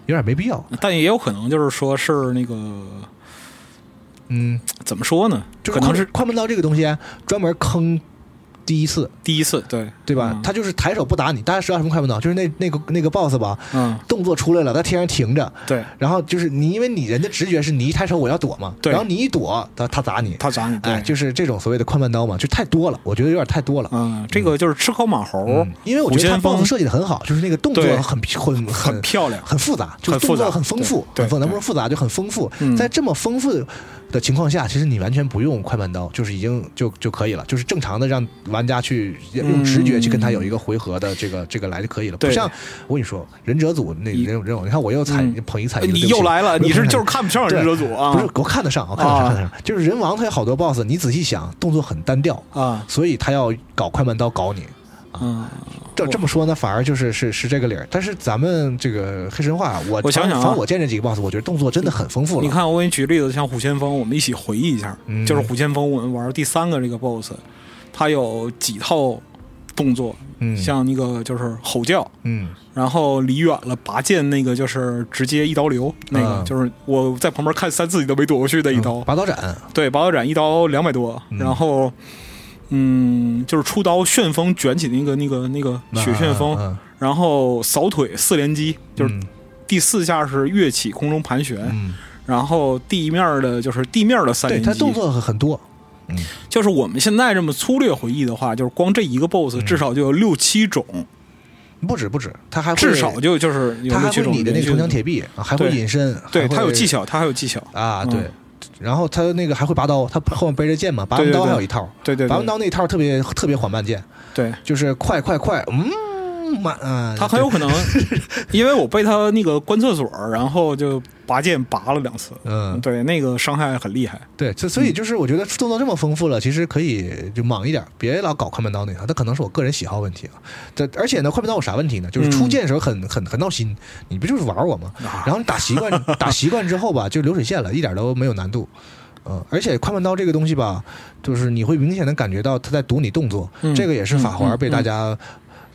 [SPEAKER 2] 有点没必要。
[SPEAKER 1] 嗯，但也有可能就是说是那个
[SPEAKER 2] 嗯，
[SPEAKER 1] 怎么说呢？
[SPEAKER 2] 就
[SPEAKER 1] 可能是
[SPEAKER 2] 快门刀这个东西专门坑第一次，
[SPEAKER 1] 第一次，对嗯
[SPEAKER 2] 对吧？他就是抬手不打你，大家知道什么快门刀？就是那那个那个 boss 吧，
[SPEAKER 1] 嗯，
[SPEAKER 2] 动作出来了，在天上停着，
[SPEAKER 1] 对
[SPEAKER 2] 然后就是你，因为你人的直觉是你一抬手我要躲嘛，
[SPEAKER 1] 对
[SPEAKER 2] 然后你一躲，他他砸你，
[SPEAKER 1] 他砸你，
[SPEAKER 2] 哎，
[SPEAKER 1] 对，
[SPEAKER 2] 就是这种所谓的快慢刀嘛，就太多了，我觉得有点太多了。
[SPEAKER 1] 嗯，这个就是吃烤马猴
[SPEAKER 2] 嗯，因为我觉得他
[SPEAKER 1] 虎先锋
[SPEAKER 2] boss 设计的很好，就是那个动作
[SPEAKER 1] 对
[SPEAKER 2] 很很
[SPEAKER 1] 很
[SPEAKER 2] 很
[SPEAKER 1] 漂亮，
[SPEAKER 2] 很复杂，就是
[SPEAKER 1] 很复
[SPEAKER 2] 动
[SPEAKER 1] 杂
[SPEAKER 2] 作很丰富，
[SPEAKER 1] 对对
[SPEAKER 2] 很
[SPEAKER 1] 对
[SPEAKER 2] 丰，能不能复杂就很丰富
[SPEAKER 1] 嗯。
[SPEAKER 2] 在这么丰富的情况下，其实你完全不用快慢刀，就是已经就就可以了，就是正常的让玩家去用直觉去跟他有一个回合的这个这个来就可以了。
[SPEAKER 1] 嗯对
[SPEAKER 2] 不像我跟你说，忍者组那
[SPEAKER 1] 你
[SPEAKER 2] 那种这种，你看我又踩
[SPEAKER 1] 嗯
[SPEAKER 2] 捧一踩一个，
[SPEAKER 1] 你
[SPEAKER 2] 哎对不起
[SPEAKER 1] 又来了，
[SPEAKER 2] 我又
[SPEAKER 1] 你是
[SPEAKER 2] 捧
[SPEAKER 1] 就
[SPEAKER 2] 一踩一
[SPEAKER 1] 是
[SPEAKER 2] 个
[SPEAKER 1] 看不上
[SPEAKER 2] 对
[SPEAKER 1] 忍者组啊？
[SPEAKER 2] 不是我看得上，我看得上，
[SPEAKER 1] 啊
[SPEAKER 2] 看得上。就是人王他有好多 boss，你仔细想，动作很单调，
[SPEAKER 1] 啊，
[SPEAKER 2] 所以他要搞快慢刀搞你。
[SPEAKER 1] 嗯，
[SPEAKER 2] 这
[SPEAKER 1] 我
[SPEAKER 2] 这么说呢，反而就是是是这个理儿。但是咱们这个黑神话，我
[SPEAKER 1] 我想想啊
[SPEAKER 2] 反正我见这几个 boss，我觉得动作真的很丰富了。
[SPEAKER 1] 你，看，我给你举例子，像虎先锋，我们一起回忆一下，
[SPEAKER 2] 嗯
[SPEAKER 1] 就是虎先锋，我们玩第三个这个 BOSS，它有几套动作，
[SPEAKER 2] 嗯，
[SPEAKER 1] 像那个就是吼叫，
[SPEAKER 2] 嗯
[SPEAKER 1] 然后离远了拔剑那个就是直接一刀流，那个、
[SPEAKER 2] 嗯
[SPEAKER 1] 就是我在旁边看三次你都没躲过去的一刀，
[SPEAKER 2] 拔刀斩，
[SPEAKER 1] 对，拔刀斩一刀两百多，
[SPEAKER 2] 嗯
[SPEAKER 1] 然后嗯就是出刀旋风卷起那个那个那个雪旋风，
[SPEAKER 2] 嗯
[SPEAKER 1] 然后扫腿四连击，就是
[SPEAKER 2] 嗯
[SPEAKER 1] 第四下是跃起空中盘旋，
[SPEAKER 2] 嗯，
[SPEAKER 1] 然后地面的就是地面的三
[SPEAKER 2] 对
[SPEAKER 1] 连
[SPEAKER 2] 他
[SPEAKER 1] 击，
[SPEAKER 2] 动作很很多，
[SPEAKER 1] 就是我们现在这么粗略回忆的话，就是光这一个 BOSS
[SPEAKER 2] 嗯
[SPEAKER 1] 至少就有六七种，
[SPEAKER 2] 不止不止，他还会
[SPEAKER 1] 至少就就是有
[SPEAKER 2] 他还
[SPEAKER 1] 六七
[SPEAKER 2] 会
[SPEAKER 1] 种
[SPEAKER 2] 你的
[SPEAKER 1] 连
[SPEAKER 2] 那个
[SPEAKER 1] 续
[SPEAKER 2] 铜墙铁壁，啊还会
[SPEAKER 1] 对
[SPEAKER 2] 隐身，
[SPEAKER 1] 对，
[SPEAKER 2] 还
[SPEAKER 1] 它有
[SPEAKER 2] 会
[SPEAKER 1] 技巧，它还有技巧。
[SPEAKER 2] 啊，
[SPEAKER 1] 嗯
[SPEAKER 2] 对。然后他那个还会拔刀，他后面背着剑嘛，拔完
[SPEAKER 1] 对对
[SPEAKER 2] 刀还
[SPEAKER 1] 对
[SPEAKER 2] 有一套，
[SPEAKER 1] 对对对，
[SPEAKER 2] 拔完刀那一套特别特别缓慢剑，
[SPEAKER 1] 对
[SPEAKER 2] 就是快快快，嗯，慢啊，
[SPEAKER 1] 他很有可 能，因为我被他那个关厕所，然后就拔剑拔了两次。
[SPEAKER 2] 嗯，
[SPEAKER 1] 对，那个伤害很厉害。
[SPEAKER 2] 对，所所以就是我觉得动作这么丰富了，其实可以就莽一点，别老搞快门刀那套。它可能是我个人喜好问题啊。这而且呢，快门刀有啥问题呢？就是
[SPEAKER 1] 嗯
[SPEAKER 2] 初见的时候很很很闹心，你不就是玩我吗？
[SPEAKER 1] 啊
[SPEAKER 2] 然后你打习惯打习惯之后吧，就流水线了，一点都没有难度。嗯，而且快门刀这个东西吧，就是你会明显的感觉到他在读你动作，
[SPEAKER 1] 嗯
[SPEAKER 2] 这个也是法环被大家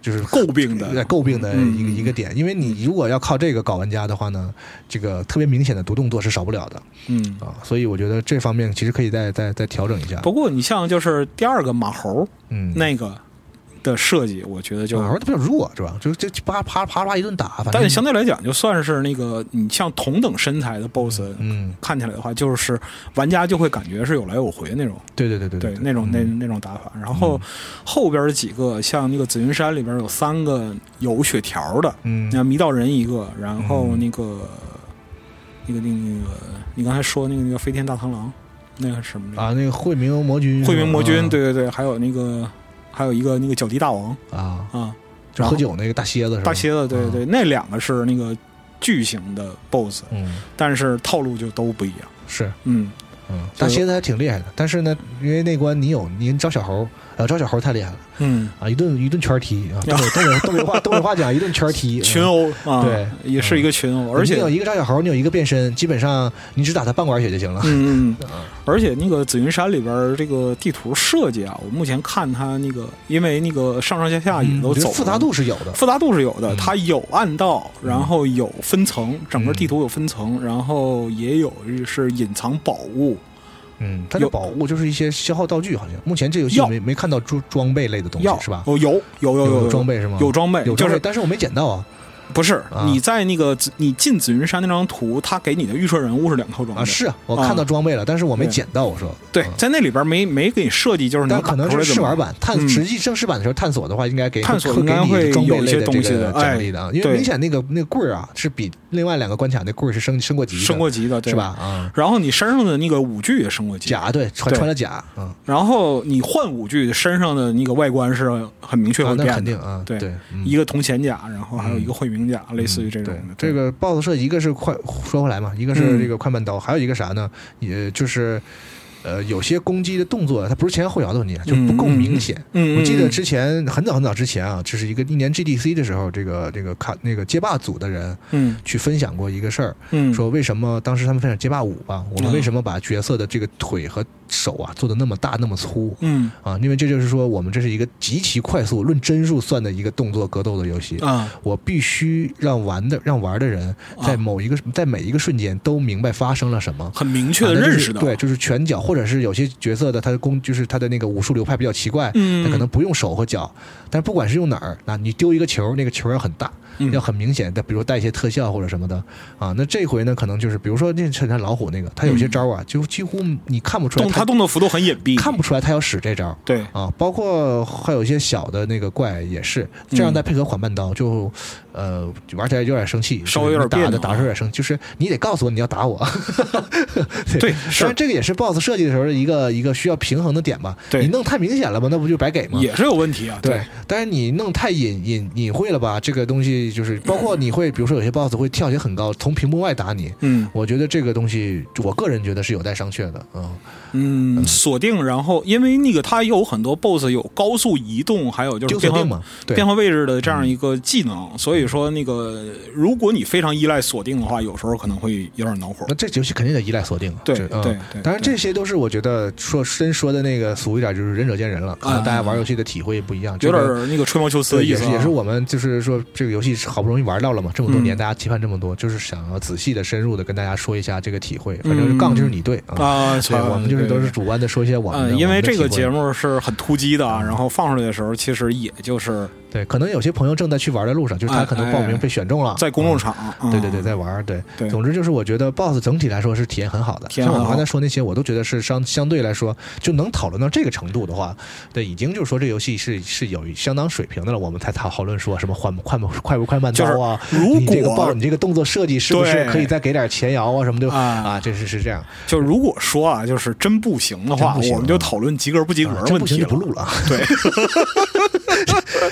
[SPEAKER 2] 就是
[SPEAKER 1] 诟病
[SPEAKER 2] 在
[SPEAKER 1] 的，
[SPEAKER 2] 诟病的一个、
[SPEAKER 1] 嗯
[SPEAKER 2] 一个点，因为你如果要靠这个搞玩家的话呢，这个特别明显的读动作是少不了的。
[SPEAKER 1] 嗯。
[SPEAKER 2] 啊，所以我觉得这方面其实可以再再再调整一下。
[SPEAKER 1] 不过你像就是第二个马猴
[SPEAKER 2] 嗯，啊
[SPEAKER 1] 那个的设计，我觉得就
[SPEAKER 2] 小孩儿他比较弱是吧？就就就啪啪啪啪一顿打，反正
[SPEAKER 1] 但是相对来讲，就算是那个你像同等身材的 BOSS，
[SPEAKER 2] 嗯，
[SPEAKER 1] 看起来的话，就是玩家就会感觉是有来有回那种，
[SPEAKER 2] 对对对对
[SPEAKER 1] 对
[SPEAKER 2] 对，
[SPEAKER 1] 那种那
[SPEAKER 2] 嗯
[SPEAKER 1] 那种打法。然后后边的几个，像那个紫云山里边有三个有血条的，
[SPEAKER 2] 嗯
[SPEAKER 1] 你看迷道人一个，然后
[SPEAKER 2] 嗯
[SPEAKER 1] 那个、那个那个那个，你刚才说那个那个飞天大螳螂，那个什么、
[SPEAKER 2] 啊，那个惠明魔君是吧，
[SPEAKER 1] 惠民魔君，
[SPEAKER 2] 啊
[SPEAKER 1] 对对对，还有那个还有一个那个脚踢大王
[SPEAKER 2] 啊，
[SPEAKER 1] 啊，
[SPEAKER 2] 就
[SPEAKER 1] 然后
[SPEAKER 2] 喝酒那个大蝎子是吧？
[SPEAKER 1] 大蝎子，对对
[SPEAKER 2] 啊
[SPEAKER 1] 对，那两个是那个巨型的 BOSS，
[SPEAKER 2] 嗯
[SPEAKER 1] 但是套路就都不一样。
[SPEAKER 2] 是
[SPEAKER 1] 嗯，
[SPEAKER 2] 嗯，大蝎子还挺厉害的，但是呢，因为那关你有你招小猴，呃，招小猴太厉害了
[SPEAKER 1] 嗯，
[SPEAKER 2] 啊，一顿一顿圈踢啊，东北东北东北话东北话讲一顿圈踢，
[SPEAKER 1] 群
[SPEAKER 2] 嗯
[SPEAKER 1] 殴啊，
[SPEAKER 2] 对
[SPEAKER 1] 也是一个群殴，而且
[SPEAKER 2] 你有一个招小猴，你有一个变身，基本上你只打他半管血就行了。
[SPEAKER 1] 嗯嗯 嗯
[SPEAKER 2] 啊，
[SPEAKER 1] 而且那个紫云山里边儿这个地图设计啊，我目前看它那个，因为那个上上下下也
[SPEAKER 2] 嗯
[SPEAKER 1] 都
[SPEAKER 2] 我觉
[SPEAKER 1] 走
[SPEAKER 2] 得
[SPEAKER 1] 了
[SPEAKER 2] 复杂度是有的，
[SPEAKER 1] 复杂度是有的，
[SPEAKER 2] 嗯
[SPEAKER 1] 它有暗道，然后有分层，整个
[SPEAKER 2] 嗯
[SPEAKER 1] 地图有分层，然后也有是隐藏宝物，
[SPEAKER 2] 嗯，它的
[SPEAKER 1] 有
[SPEAKER 2] 宝物就是一些消耗道具，好像目前这游戏
[SPEAKER 1] 药
[SPEAKER 2] 没没看到装装备类的东西
[SPEAKER 1] 药
[SPEAKER 2] 是吧？
[SPEAKER 1] 哦，有有有有
[SPEAKER 2] 装，备是吗？
[SPEAKER 1] 有装备，
[SPEAKER 2] 有
[SPEAKER 1] 就
[SPEAKER 2] 装备，
[SPEAKER 1] 是
[SPEAKER 2] 但是我没捡到啊
[SPEAKER 1] 不是
[SPEAKER 2] 啊
[SPEAKER 1] 你在那个紫你进紫云山那张图，它给你的预设人物是两套装
[SPEAKER 2] 啊！
[SPEAKER 1] 备，
[SPEAKER 2] 是啊，我
[SPEAKER 1] 啊
[SPEAKER 2] 看到装备了，但是我没
[SPEAKER 1] 对
[SPEAKER 2] 捡到。我说，
[SPEAKER 1] 对
[SPEAKER 2] 啊，
[SPEAKER 1] 在那里边没没给你设计，就是
[SPEAKER 2] 但
[SPEAKER 1] 能
[SPEAKER 2] 可能
[SPEAKER 1] 打出
[SPEAKER 2] 是
[SPEAKER 1] 来怎
[SPEAKER 2] 试
[SPEAKER 1] 么
[SPEAKER 2] 玩
[SPEAKER 1] 样
[SPEAKER 2] 版，探
[SPEAKER 1] 嗯
[SPEAKER 2] 实际正式版的时候探索的话，应该给
[SPEAKER 1] 探索
[SPEAKER 2] 会
[SPEAKER 1] 应该
[SPEAKER 2] 给你
[SPEAKER 1] 会
[SPEAKER 2] 装
[SPEAKER 1] 有
[SPEAKER 2] 备
[SPEAKER 1] 一
[SPEAKER 2] 类
[SPEAKER 1] 些
[SPEAKER 2] 的
[SPEAKER 1] 东西
[SPEAKER 2] 这个
[SPEAKER 1] 的哎
[SPEAKER 2] 奖励的啊，因为
[SPEAKER 1] 对
[SPEAKER 2] 明显那个那个棍儿啊，是比另外两个关卡那棍儿是升升过级的，
[SPEAKER 1] 升过级的，对
[SPEAKER 2] 是吧？？啊，
[SPEAKER 1] 然后你身上的那个武具也升过级，
[SPEAKER 2] 甲对穿
[SPEAKER 1] 对
[SPEAKER 2] 穿了甲，嗯，
[SPEAKER 1] 然后你换武具身上的那个外观是很明确
[SPEAKER 2] 啊
[SPEAKER 1] 会
[SPEAKER 2] 那
[SPEAKER 1] 变的，
[SPEAKER 2] 肯定啊，
[SPEAKER 1] 对
[SPEAKER 2] 对，嗯
[SPEAKER 1] 一个铜钱甲，然后还有一个惠明甲，类似于这种的嗯
[SPEAKER 2] 对。这个 BOSS 射一个是快，说回来嘛，一个是这个快慢刀，还有一个啥呢？也就是呃，有些攻击的动作它不是前后摇的问题，啊就不够明显。
[SPEAKER 1] 嗯，嗯
[SPEAKER 2] 我记
[SPEAKER 1] 嗯
[SPEAKER 2] 得
[SPEAKER 1] 嗯
[SPEAKER 2] 之前很早很早之前啊，这是一个一年 GDC 的时候，这个这个看那个街霸组的人
[SPEAKER 1] 嗯
[SPEAKER 2] 去分享过一个事儿，
[SPEAKER 1] 嗯
[SPEAKER 2] 说为什么当时他们分享街霸五吧，我们
[SPEAKER 1] 嗯
[SPEAKER 2] 为什么把角色的这个腿和手啊做的那么大那么粗
[SPEAKER 1] 嗯
[SPEAKER 2] 啊？因为这就是说我们这是一个极其快速论帧数算的一个动作格斗的游戏，
[SPEAKER 1] 啊
[SPEAKER 2] 我必须让玩的让玩的人在
[SPEAKER 1] 啊
[SPEAKER 2] 某一个、在每一个瞬间都明白发生了什么。
[SPEAKER 1] 很明确的
[SPEAKER 2] 啊那就是
[SPEAKER 1] 认识到，
[SPEAKER 2] 对，就是拳脚，或者是有些角色的他的攻，就是他的那个武术流派比较奇怪，
[SPEAKER 1] 嗯，
[SPEAKER 2] 他可能不用手和脚，但不管是用哪儿，那你丢一个球，那个球要很大，
[SPEAKER 1] 嗯
[SPEAKER 2] 要很明显的，比如带一些特效或者什么的啊。那这回呢，可能就是比如说那衬衫老虎那个，他有些招啊，就几乎你看不出来
[SPEAKER 1] 嗯动
[SPEAKER 2] 他
[SPEAKER 1] 他动作幅度很隐蔽，
[SPEAKER 2] 看不出来他要使这招，
[SPEAKER 1] 对，
[SPEAKER 2] 啊，包括还有一些小的那个怪也是这
[SPEAKER 1] 嗯
[SPEAKER 2] 样，再配合缓慢刀，就呃玩起来有点生气，
[SPEAKER 1] 稍微有点别
[SPEAKER 2] 打
[SPEAKER 1] 扭啊
[SPEAKER 2] 的打出有点生，就是你得告诉我你要打我。
[SPEAKER 1] 对
[SPEAKER 2] 当
[SPEAKER 1] 是
[SPEAKER 2] 然，这个也是 BOSS 设计的时候的一个一个需要平衡的点吧。
[SPEAKER 1] 对
[SPEAKER 2] 你弄太明显了吧，那不就白给吗？
[SPEAKER 1] 也是有问题啊，
[SPEAKER 2] 对，但是你弄太隐隐隐晦了吧，这个东西就是包括你会，比如说有些 BOSS 会跳起很高，从屏幕外打你。
[SPEAKER 1] 嗯
[SPEAKER 2] 我觉得这个东西，我个人觉得是有待商榷的，嗯，
[SPEAKER 1] 嗯嗯，锁定，然后因为那个它有很多 BOSS 有高速移动，还有就是
[SPEAKER 2] 丢
[SPEAKER 1] 变
[SPEAKER 2] 锁定
[SPEAKER 1] 换
[SPEAKER 2] 嘛，对
[SPEAKER 1] 变，换位置的这样一个技能，所以说那个如果你非常依赖锁定的话，有时候可能会有点恼火
[SPEAKER 2] 那。这游戏肯定得依赖锁定啊。
[SPEAKER 1] 对
[SPEAKER 2] 这
[SPEAKER 1] 对
[SPEAKER 2] 嗯
[SPEAKER 1] 对
[SPEAKER 2] 当然这些都是我觉得说真说的那个俗一点，就是仁者见仁了，可能大家玩游戏的体会也不一样，
[SPEAKER 1] 啊有
[SPEAKER 2] 这
[SPEAKER 1] 点
[SPEAKER 2] 个
[SPEAKER 1] 儿那个吹毛求疵的
[SPEAKER 2] 对，
[SPEAKER 1] 意
[SPEAKER 2] 也是
[SPEAKER 1] 思、啊，
[SPEAKER 2] 也是我们就是说这个游戏好不容易玩到了嘛，这么多年
[SPEAKER 1] 嗯
[SPEAKER 2] 大家期盼这么多，就是想要仔细的、深入的跟大家说一下这个体会。
[SPEAKER 1] 嗯
[SPEAKER 2] 反正杠就是你对啊，
[SPEAKER 1] 啊，
[SPEAKER 2] 对，我们就是都是主观的说一些我们的。
[SPEAKER 1] 嗯，因为这个节
[SPEAKER 2] 目，
[SPEAKER 1] 目是很突击的啊，然后放出来的时候，其实也就是
[SPEAKER 2] 对，可能有些朋友正在去玩的路上，
[SPEAKER 1] 啊
[SPEAKER 2] 就是他可能报名被选中了，
[SPEAKER 1] 哎在公众
[SPEAKER 2] 嗯。
[SPEAKER 1] 场，嗯
[SPEAKER 2] 对对对，在玩儿对，
[SPEAKER 1] 对
[SPEAKER 2] 总之就是我觉得 BOSS 整体来说是体验很好的，
[SPEAKER 1] 体验
[SPEAKER 2] 像我
[SPEAKER 1] 很
[SPEAKER 2] 们
[SPEAKER 1] 好
[SPEAKER 2] 刚才说那些，我都觉得是相相对来说就能讨论到这个程度的话，对，已经就是说这游戏是是有相当水平的了，我们才讨论说什么缓不快不快不快慢刀啊，
[SPEAKER 1] 如
[SPEAKER 2] 你这个
[SPEAKER 1] 果
[SPEAKER 2] 报你这个动作设计是不是
[SPEAKER 1] 对
[SPEAKER 2] 可以再给点前摇啊什么的
[SPEAKER 1] 啊
[SPEAKER 2] 啊？这是是这样，
[SPEAKER 1] 就如果说啊，就是真不行的话，
[SPEAKER 2] 真不行啊
[SPEAKER 1] 我们就讨论及格不及格
[SPEAKER 2] 啊真
[SPEAKER 1] 问
[SPEAKER 2] 不行
[SPEAKER 1] 题了。
[SPEAKER 2] 就不录了。
[SPEAKER 1] 对，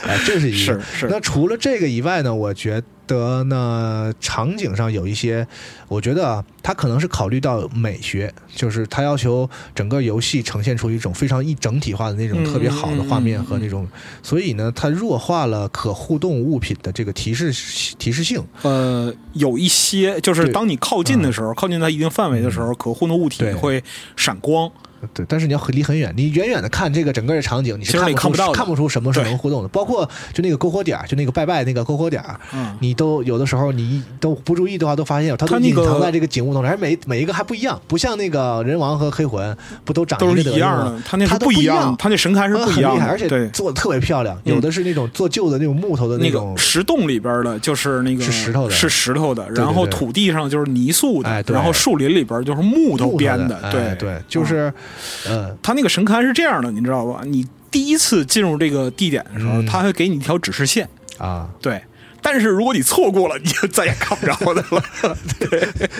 [SPEAKER 2] 哎，这是一个
[SPEAKER 1] 是。是
[SPEAKER 2] 那除了这个以外呢，我觉得呢，场景上有一些，我觉得啊，它可能是考虑到美学，就是它要求整个游戏呈现出一种非常一整体化的那种
[SPEAKER 1] 嗯
[SPEAKER 2] 特别好的画面
[SPEAKER 1] 嗯嗯
[SPEAKER 2] 和那种，所以呢，它弱化了可互动物品的这个提示提示性。
[SPEAKER 1] 呃，有一些就是
[SPEAKER 2] 对啊嗯
[SPEAKER 1] 当你靠近的时候，靠近它一定范围的时候，可互动物体
[SPEAKER 2] 对
[SPEAKER 1] 会闪光。
[SPEAKER 2] 对，但是你要很离很远，你远远的看这个整个的场景，你
[SPEAKER 1] 其
[SPEAKER 2] 是
[SPEAKER 1] 实
[SPEAKER 2] 看
[SPEAKER 1] 你
[SPEAKER 2] 不
[SPEAKER 1] 看不
[SPEAKER 2] 出
[SPEAKER 1] 到的
[SPEAKER 2] 看不出什么是
[SPEAKER 1] 对
[SPEAKER 2] 能互动的。包括就那个篝火点儿，就那个拜拜那个篝火点儿，
[SPEAKER 1] 嗯，
[SPEAKER 2] 你都有的时候你都不注意的话，都发现它
[SPEAKER 1] 它
[SPEAKER 2] 都
[SPEAKER 1] 那
[SPEAKER 2] 隐
[SPEAKER 1] 个
[SPEAKER 2] 藏在这个景物当中，而每每一个还不一样，不像那个人王和黑魂不都长
[SPEAKER 1] 都是
[SPEAKER 2] 一个德
[SPEAKER 1] 一
[SPEAKER 2] 行
[SPEAKER 1] 样
[SPEAKER 2] 吗？
[SPEAKER 1] 的，它那是
[SPEAKER 2] 它都不
[SPEAKER 1] 一
[SPEAKER 2] 一
[SPEAKER 1] 样的，
[SPEAKER 2] 样
[SPEAKER 1] 它那神龛是
[SPEAKER 2] 呃
[SPEAKER 1] 不一
[SPEAKER 2] 很
[SPEAKER 1] 样
[SPEAKER 2] 厉
[SPEAKER 1] 的，
[SPEAKER 2] 害，而且
[SPEAKER 1] 对。
[SPEAKER 2] 做的特别漂亮。
[SPEAKER 1] 嗯
[SPEAKER 2] 有的是那种做旧的那种木头的
[SPEAKER 1] 那
[SPEAKER 2] 种
[SPEAKER 1] 个，石洞里边的，就是那个
[SPEAKER 2] 是石头的
[SPEAKER 1] 是石头的，
[SPEAKER 2] 对
[SPEAKER 1] 然后
[SPEAKER 2] 对
[SPEAKER 1] 土地上就是泥塑的
[SPEAKER 2] 哎，对
[SPEAKER 1] 然后树林里边就是木头编
[SPEAKER 2] 木头的，哎
[SPEAKER 1] 对嗯
[SPEAKER 2] 对，就是呃，
[SPEAKER 1] 它那个神龛是这样的，你知道吧？你第一次进入这个地点的时候，
[SPEAKER 2] 嗯
[SPEAKER 1] 它会给你一条指示线，
[SPEAKER 2] 啊，
[SPEAKER 1] 对。但是如果你错过了，你就再也看不着它 了。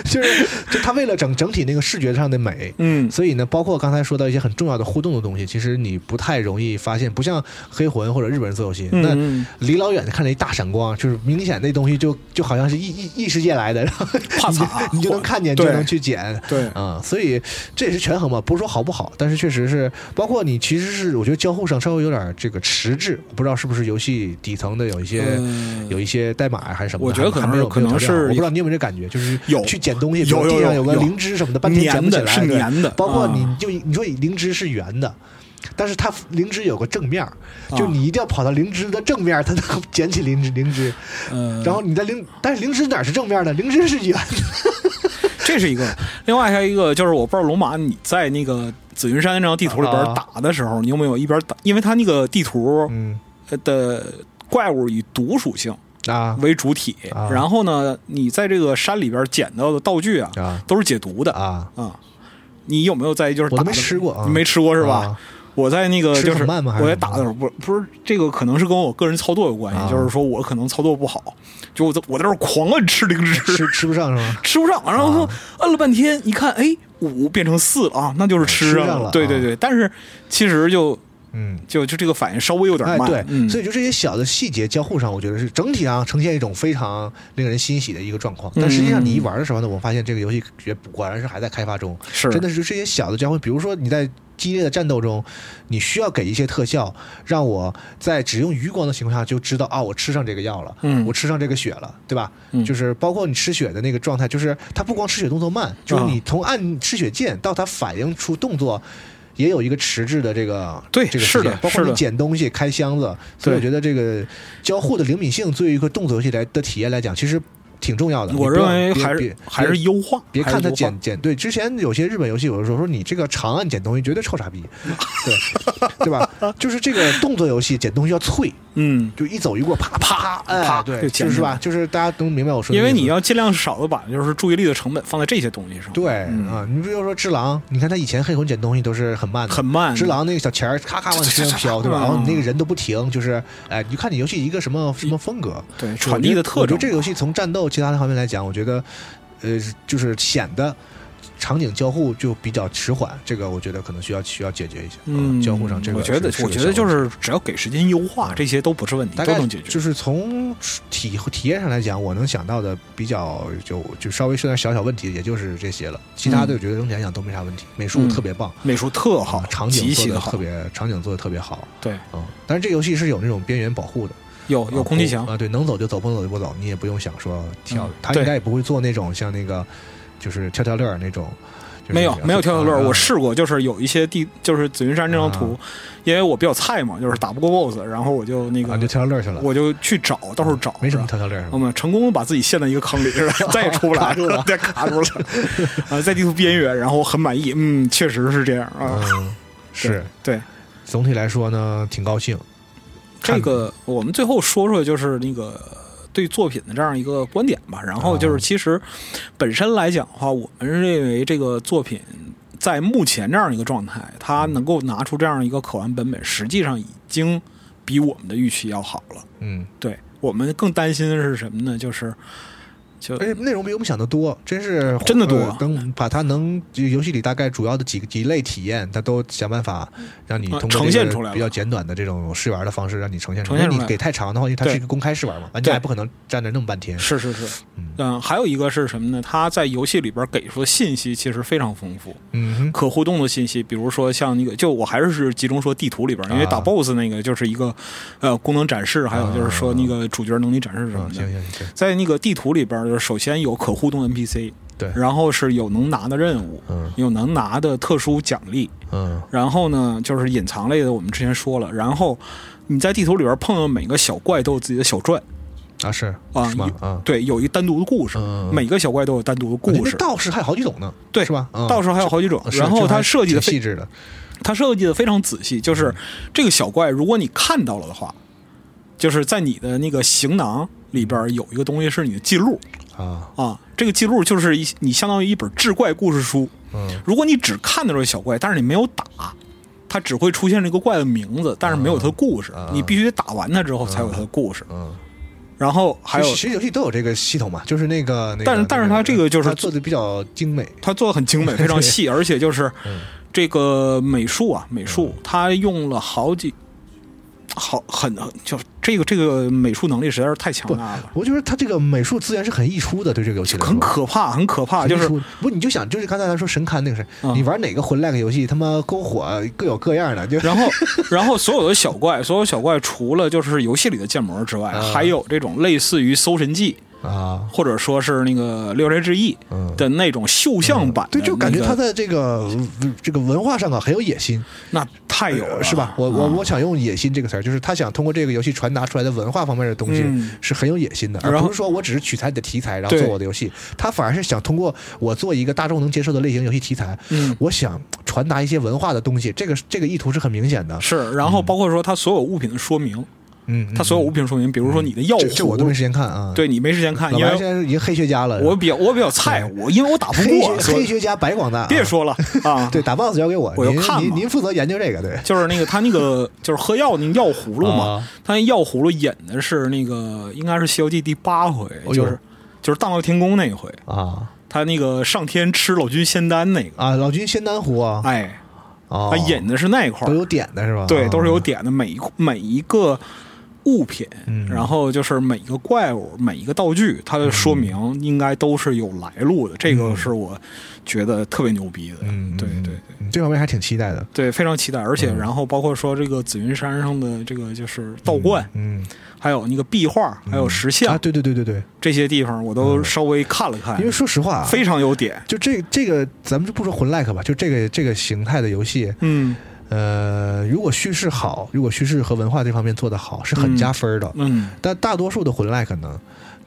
[SPEAKER 2] 就是就它为了整整体那个视觉上的美，
[SPEAKER 1] 嗯，
[SPEAKER 2] 所以呢，包括刚才说到一些很重要的互动的东西，其实你不太容易发现，不像黑魂或者日本人做游戏，
[SPEAKER 1] 嗯
[SPEAKER 2] 那
[SPEAKER 1] 嗯
[SPEAKER 2] 离老远的看着一大闪光，就是明显那东西就就好像是异异异世界来的，然后
[SPEAKER 1] 怕
[SPEAKER 2] 你就
[SPEAKER 1] 惨啊
[SPEAKER 2] 你就能看见，
[SPEAKER 1] 对
[SPEAKER 2] 就能去捡。
[SPEAKER 1] 对，
[SPEAKER 2] 啊、所以这也是权衡嘛，不是说好不好，但是确实是，包括你其实是，我觉得交互上稍微有点这个迟滞，不知道是不是游戏底层的有一些、
[SPEAKER 1] 嗯
[SPEAKER 2] 有一些代码还是什么的，
[SPEAKER 1] 我觉得可能
[SPEAKER 2] 还没有
[SPEAKER 1] 可能
[SPEAKER 2] 没有调
[SPEAKER 1] 是
[SPEAKER 2] 整好我不知道你有没有这感觉，就是
[SPEAKER 1] 有
[SPEAKER 2] 去捡东西，比
[SPEAKER 1] 有
[SPEAKER 2] 如
[SPEAKER 1] 有
[SPEAKER 2] 地上有个
[SPEAKER 1] 有
[SPEAKER 2] 灵芝什么的，半天捡
[SPEAKER 1] 粘
[SPEAKER 2] 不起
[SPEAKER 1] 的
[SPEAKER 2] 来，
[SPEAKER 1] 是
[SPEAKER 2] 对
[SPEAKER 1] 粘的，
[SPEAKER 2] 包括
[SPEAKER 1] 啊
[SPEAKER 2] 你就你说灵芝是圆的，但是它灵芝有个正面儿，就
[SPEAKER 1] 啊
[SPEAKER 2] 你一定要跑到灵芝的正面儿，它能 捡起灵芝灵芝。
[SPEAKER 1] 呃，
[SPEAKER 2] 然后你在灵，但是灵芝哪是正面的？灵芝是圆的。
[SPEAKER 1] 这是一个， 另外还有一个就是，我不知道龙马你在那个紫云山那张地图里边
[SPEAKER 2] 啊
[SPEAKER 1] 打的时候，你有没有一边打？因为它那个地图
[SPEAKER 2] 嗯
[SPEAKER 1] 的怪物以毒属性
[SPEAKER 2] 啊
[SPEAKER 1] 为主体，
[SPEAKER 2] 啊
[SPEAKER 1] 然后呢，你在这个山里边捡到的道具啊，
[SPEAKER 2] 啊
[SPEAKER 1] 都是解毒的啊、
[SPEAKER 2] 啊！
[SPEAKER 1] 你有没有在就是
[SPEAKER 2] 我
[SPEAKER 1] 打
[SPEAKER 2] 都
[SPEAKER 1] 的
[SPEAKER 2] 没吃过啊
[SPEAKER 1] 你没吃过是吧？
[SPEAKER 2] 啊
[SPEAKER 1] 我在那个
[SPEAKER 2] 吃
[SPEAKER 1] 就
[SPEAKER 2] 很
[SPEAKER 1] 是
[SPEAKER 2] 慢吗还是
[SPEAKER 1] 我在
[SPEAKER 2] 怎么
[SPEAKER 1] 打的时候，不不是这个，可能是跟我个人操作有关系，
[SPEAKER 2] 啊
[SPEAKER 1] 就是说我可能操作不好，就我在我在这儿狂摁吃灵芝，
[SPEAKER 2] 吃吃不上是吗？
[SPEAKER 1] 吃不上，然后
[SPEAKER 2] 啊
[SPEAKER 1] 摁了半天，一看，哎，五变成四了啊，那就是吃
[SPEAKER 2] 吃上
[SPEAKER 1] 了。
[SPEAKER 2] 了啊
[SPEAKER 1] 对对对，但是其实就
[SPEAKER 2] 嗯。
[SPEAKER 1] 就就这个反应稍微有点
[SPEAKER 2] 哎，
[SPEAKER 1] 慢，
[SPEAKER 2] 对，
[SPEAKER 1] 嗯，
[SPEAKER 2] 所以就这些小的细节交互上，我觉得是整体上呈现一种非常令人欣喜的一个状况。但实际上，你一玩的时候呢，我发现这个游戏也果然是还在开发中，
[SPEAKER 1] 是
[SPEAKER 2] 真的是就这些小的交互，比如说你在激烈的战斗中，你需要给一些特效，让我在只用余光的情况下就知道啊，我吃上这个药了，
[SPEAKER 1] 嗯
[SPEAKER 2] 我吃上这个血了，对吧？
[SPEAKER 1] 嗯
[SPEAKER 2] 就是包括你吃血的那个状态，就是它不光吃血动作慢，就是
[SPEAKER 1] 啊
[SPEAKER 2] 你从按吃血键到它反应出动作。也有一个迟滞的这个
[SPEAKER 1] 对
[SPEAKER 2] 这个
[SPEAKER 1] 是
[SPEAKER 2] 时间
[SPEAKER 1] 的
[SPEAKER 2] 包括
[SPEAKER 1] 是
[SPEAKER 2] 你
[SPEAKER 1] 的
[SPEAKER 2] 捡东西、开箱子，所以
[SPEAKER 1] 对
[SPEAKER 2] 我觉得这个交互的灵敏性对于一个动作游戏来的体验来讲，其实挺重要的。
[SPEAKER 1] 我
[SPEAKER 2] 你不
[SPEAKER 1] 认
[SPEAKER 2] 要
[SPEAKER 1] 为
[SPEAKER 2] 别
[SPEAKER 1] 还
[SPEAKER 2] 别
[SPEAKER 1] 是还是优化，
[SPEAKER 2] 别看他
[SPEAKER 1] 还是优化
[SPEAKER 2] 捡捡对，之前有些日本游戏有的时候说你这个长按捡东西绝对臭傻逼，对对吧？就是这个动作游戏捡东西要脆，
[SPEAKER 1] 嗯，
[SPEAKER 2] 就一走一过啪
[SPEAKER 1] 啪
[SPEAKER 2] 哎
[SPEAKER 1] 啪
[SPEAKER 2] 对，
[SPEAKER 1] 就
[SPEAKER 2] 就
[SPEAKER 1] 捡
[SPEAKER 2] 是
[SPEAKER 1] 起来
[SPEAKER 2] 吧？就是大家都明白我说的意
[SPEAKER 1] 因
[SPEAKER 2] 思，
[SPEAKER 1] 为你要尽量少的把就是注意力的成本放在这些东西上，
[SPEAKER 2] 对
[SPEAKER 1] 嗯
[SPEAKER 2] 啊，你比如说只狼，你看他以前黑魂捡东西都是很慢的，
[SPEAKER 1] 很慢，
[SPEAKER 2] 只狼那个小钱儿咔咔往你身上飘，对吧？
[SPEAKER 1] 嗯
[SPEAKER 2] 然后你那个人都不停，就是哎，你就看你游戏一个什么什么风格，
[SPEAKER 1] 对传递的特
[SPEAKER 2] 我觉
[SPEAKER 1] 征
[SPEAKER 2] 得。这个游戏从战斗其他的方面来讲，我觉得，呃，就是显得场景交互就比较迟缓，这个我觉得可能需要需要解决一下。呃
[SPEAKER 1] 嗯，
[SPEAKER 2] 交互上这个
[SPEAKER 1] 我觉得
[SPEAKER 2] 是
[SPEAKER 1] 我
[SPEAKER 2] 个
[SPEAKER 1] 觉
[SPEAKER 2] 小
[SPEAKER 1] 得
[SPEAKER 2] 问
[SPEAKER 1] 就
[SPEAKER 2] 题
[SPEAKER 1] 是只要给时间优化，这些都不是问题，
[SPEAKER 2] 大
[SPEAKER 1] 都
[SPEAKER 2] 概
[SPEAKER 1] 能解决。
[SPEAKER 2] 就是从体体验上来讲，我能想到的比较就就稍微是点小小问题，也就是这些了。其他的
[SPEAKER 1] 嗯
[SPEAKER 2] 我觉得整体来讲都没啥问题，美术
[SPEAKER 1] 嗯
[SPEAKER 2] 特别棒，
[SPEAKER 1] 美术特
[SPEAKER 2] 啊
[SPEAKER 1] 好，
[SPEAKER 2] 场
[SPEAKER 1] 极
[SPEAKER 2] 景
[SPEAKER 1] 其
[SPEAKER 2] 做
[SPEAKER 1] 的
[SPEAKER 2] 的
[SPEAKER 1] 好
[SPEAKER 2] 特，别，场景做的特别好。
[SPEAKER 1] 对，
[SPEAKER 2] 嗯，但是这游戏是有那种边缘保护的，
[SPEAKER 1] 有有
[SPEAKER 2] 啊
[SPEAKER 1] 空气
[SPEAKER 2] 不
[SPEAKER 1] 墙，
[SPEAKER 2] 啊，对，能走就走，不能走就不走，你也不用想说跳
[SPEAKER 1] 嗯，
[SPEAKER 2] 他
[SPEAKER 1] 对
[SPEAKER 2] 应该也不会做那种像那个就是跳跳乐儿那种，就是
[SPEAKER 1] 没有
[SPEAKER 2] 那个
[SPEAKER 1] 没有跳跳乐儿，
[SPEAKER 2] 啊
[SPEAKER 1] 我试过，就是有一些地，
[SPEAKER 2] 嗯
[SPEAKER 1] 就是紫云山这张图，因为我比较菜嘛，就是打不过 BOSS，然后我就那
[SPEAKER 2] 啊，
[SPEAKER 1] 个
[SPEAKER 2] 就跳跳乐儿去了，嗯
[SPEAKER 1] 我就去找，到处找，
[SPEAKER 2] 没什么
[SPEAKER 1] 是吧。
[SPEAKER 2] 跳跳乐儿是
[SPEAKER 1] 我
[SPEAKER 2] 吧，
[SPEAKER 1] 们成功把自己陷在一个坑里， 是吧再也出不来
[SPEAKER 2] 卡住了
[SPEAKER 1] 再卡住了， 啊，在地图边缘，然后我很满意，嗯，确实是这样啊，
[SPEAKER 2] 嗯，是
[SPEAKER 1] 对，
[SPEAKER 2] 总体来说呢，挺高兴。
[SPEAKER 1] 这个我们最后说说就是那个对作品的这样一个观点吧。然后就是
[SPEAKER 2] 哦
[SPEAKER 1] 其实本身来讲的话，我们认为这个作品在目前这样一个状态，它能够拿出这样一个可玩本本，实际上已经比我们的预期要好了。
[SPEAKER 2] 嗯，
[SPEAKER 1] 对我们更担心的是什么呢？就是就
[SPEAKER 2] 而且内容比我们想的多，真是
[SPEAKER 1] 真的多
[SPEAKER 2] 呃能把它能就游戏里大概主要的几几类体验，它都想办法让你
[SPEAKER 1] 呃
[SPEAKER 2] 通过
[SPEAKER 1] 呈
[SPEAKER 2] 这个
[SPEAKER 1] 现出来了
[SPEAKER 2] 比较简短的这种试玩的方式让你呈现出来。
[SPEAKER 1] 呈现
[SPEAKER 2] 因为
[SPEAKER 1] 出
[SPEAKER 2] 你
[SPEAKER 1] 来
[SPEAKER 2] 给太长的话，因为它
[SPEAKER 1] 对
[SPEAKER 2] 是一个公开试玩嘛，玩
[SPEAKER 1] 对
[SPEAKER 2] 家也不可能站那儿弄半天。
[SPEAKER 1] 是是是，
[SPEAKER 2] 嗯
[SPEAKER 1] 嗯，还有一个是什么呢？它在游戏里边给出的信息其实非常丰富，
[SPEAKER 2] 嗯哼，
[SPEAKER 1] 可互动的信息，比如说像那个，就我还是集中说地图里边儿，因为
[SPEAKER 2] 啊
[SPEAKER 1] 打 BOSS 那个就是一个呃功能展示，还有就是说那个主角能力展示什么
[SPEAKER 2] 嗯，行
[SPEAKER 1] 的。
[SPEAKER 2] 行行，
[SPEAKER 1] 在那个地图里边儿，就是首先有可互动 NPC，
[SPEAKER 2] 对
[SPEAKER 1] 然后是有能拿的任务，
[SPEAKER 2] 嗯
[SPEAKER 1] 有能拿的特殊奖励，
[SPEAKER 2] 嗯
[SPEAKER 1] 然后呢就是隐藏类的，我们之前说了，然后你在地图里边儿碰到每个小怪都有自己的小传，
[SPEAKER 2] 啊是
[SPEAKER 1] 啊
[SPEAKER 2] 是吗？
[SPEAKER 1] 有
[SPEAKER 2] 啊，
[SPEAKER 1] 对，有一单独的故事，
[SPEAKER 2] 嗯，
[SPEAKER 1] 每个小怪都有单独的
[SPEAKER 2] 啊
[SPEAKER 1] 故
[SPEAKER 2] 那
[SPEAKER 1] 事，
[SPEAKER 2] 道士还有好几种呢，
[SPEAKER 1] 对
[SPEAKER 2] 是吧？嗯
[SPEAKER 1] 到时候还有好几种，
[SPEAKER 2] 是
[SPEAKER 1] 然
[SPEAKER 2] 这
[SPEAKER 1] 后它
[SPEAKER 2] 还
[SPEAKER 1] 设计的
[SPEAKER 2] 挺
[SPEAKER 1] 非
[SPEAKER 2] 细致的，
[SPEAKER 1] 它设计的非常仔细，就是这个小怪，如果你看到了的话，就是在你的那个行囊里边有一个东西是你的记录
[SPEAKER 2] 啊，
[SPEAKER 1] 啊，这个记录就是一你相当于一本志怪故事书。
[SPEAKER 2] 嗯
[SPEAKER 1] 如果你只看到这个小怪，但是你没有打，它只会出现这个怪的名字，但是没有它的故事。
[SPEAKER 2] 啊
[SPEAKER 1] 你必须得打完它之后才有它的故事。
[SPEAKER 2] 嗯。
[SPEAKER 1] 然后还有
[SPEAKER 2] 其实其实游戏都有这个系统嘛，就是那个，那个、
[SPEAKER 1] 但是但是
[SPEAKER 2] 那
[SPEAKER 1] 它这个就是
[SPEAKER 2] 它做的比较精美，
[SPEAKER 1] 它做的很 精美，非常细，而且就是
[SPEAKER 2] 嗯
[SPEAKER 1] 这个美术啊，美术它用了好几好很就是这个这个美术能力实在是太强大了，
[SPEAKER 2] 我觉得它这个美术资源是很溢出的，对这个游戏来说
[SPEAKER 1] 很可怕，很可怕，
[SPEAKER 2] 很
[SPEAKER 1] 就
[SPEAKER 2] 溢
[SPEAKER 1] 是
[SPEAKER 2] 出不，你就想就是刚才咱说神龛那个事儿，
[SPEAKER 1] 嗯
[SPEAKER 2] 你玩哪个魂 l 个游戏，他妈篝火各有各样的，就
[SPEAKER 1] 然后 然后所有的小怪，所有小怪除了就是游戏里的建模之外，
[SPEAKER 2] 啊
[SPEAKER 1] 还有这种类似于《搜神记》
[SPEAKER 2] 啊，
[SPEAKER 1] 或者说是那个《六斋志异
[SPEAKER 2] 嗯》。
[SPEAKER 1] 的那种绣像版的
[SPEAKER 2] 对，
[SPEAKER 1] 那个、
[SPEAKER 2] 就感觉他在这个呃这个文化上啊很有野心，
[SPEAKER 1] 那太有了，
[SPEAKER 2] 哎呃是吧？我我
[SPEAKER 1] 啊
[SPEAKER 2] 我想用“野心”这个词儿，就是他想通过这个游戏传达出来的文化方面的东西
[SPEAKER 1] 嗯
[SPEAKER 2] 是很有野心的，而
[SPEAKER 1] 然后
[SPEAKER 2] 不是说我只是取材你的题材，然后
[SPEAKER 1] 对
[SPEAKER 2] 做我的游戏。他反而是想通过我做一个大众能接受的类型游戏题材，
[SPEAKER 1] 嗯
[SPEAKER 2] 我想传达一些文化的东西。这个这个意图是很明显的。
[SPEAKER 1] 是，然后包括说它所有物品的说明，
[SPEAKER 2] 嗯，
[SPEAKER 1] 它所有
[SPEAKER 2] 嗯
[SPEAKER 1] 物品说明，比如说你的药
[SPEAKER 2] 这这我都
[SPEAKER 1] 壶
[SPEAKER 2] 没时间看啊。，
[SPEAKER 1] 对你没时间看，
[SPEAKER 2] 老
[SPEAKER 1] 因
[SPEAKER 2] 白
[SPEAKER 1] 为
[SPEAKER 2] 现在已经黑学家了，
[SPEAKER 1] 我比较我比较菜，我因为我打不
[SPEAKER 2] 黑学
[SPEAKER 1] 过，所
[SPEAKER 2] 黑
[SPEAKER 1] 以
[SPEAKER 2] 学家白广大。
[SPEAKER 1] 别
[SPEAKER 2] 啊，
[SPEAKER 1] 说了啊。
[SPEAKER 2] 对，打 BOSS 交给我，
[SPEAKER 1] 我就
[SPEAKER 2] 您
[SPEAKER 1] 看嘛
[SPEAKER 2] 您您负责研究这个，对。
[SPEAKER 1] 就是那个他那个就是喝药那个药葫芦嘛
[SPEAKER 2] 啊，
[SPEAKER 1] 他那药葫芦演的是那个应该是《西游记》第八回，
[SPEAKER 2] 哎呦
[SPEAKER 1] 就是就是大闹天宫那一回，
[SPEAKER 2] 啊
[SPEAKER 1] 他那个上天吃老君仙丹那个，
[SPEAKER 2] 啊，老君仙丹壶啊，
[SPEAKER 1] 哎，
[SPEAKER 2] 啊
[SPEAKER 1] 他，演的是那一块
[SPEAKER 2] 都
[SPEAKER 1] 儿，
[SPEAKER 2] 有点的是吧？
[SPEAKER 1] 对，
[SPEAKER 2] 啊
[SPEAKER 1] 都是有点的，每一每一个。物品，
[SPEAKER 2] 嗯
[SPEAKER 1] 然后就是每一个怪物、每一个道具，它的说明应该都是有来路的，这个是我觉得特别牛逼的。
[SPEAKER 2] 嗯嗯，嗯
[SPEAKER 1] 对对对。，
[SPEAKER 2] 嗯这方面还挺期待的。
[SPEAKER 1] 对，非常期待，而且
[SPEAKER 2] 嗯
[SPEAKER 1] 然后包括说这个紫云山上的这个就是道观，
[SPEAKER 2] 嗯，
[SPEAKER 1] 还有那个壁画，还有石
[SPEAKER 2] 嗯
[SPEAKER 1] 像、
[SPEAKER 2] 啊，对对对对对，
[SPEAKER 1] 这些地方，我都
[SPEAKER 2] 嗯
[SPEAKER 1] 稍微看了看，
[SPEAKER 2] 因为说实话啊，
[SPEAKER 1] 哎非常有点。
[SPEAKER 2] 就这这个，咱们就不说魂 like 吧，就这个这个形态的游戏，
[SPEAKER 1] 嗯
[SPEAKER 2] 呃，如果叙事好，如果叙事和文化这方面做得好，是很加分的。
[SPEAKER 1] 嗯，
[SPEAKER 2] 但大多数的魂 like 呢，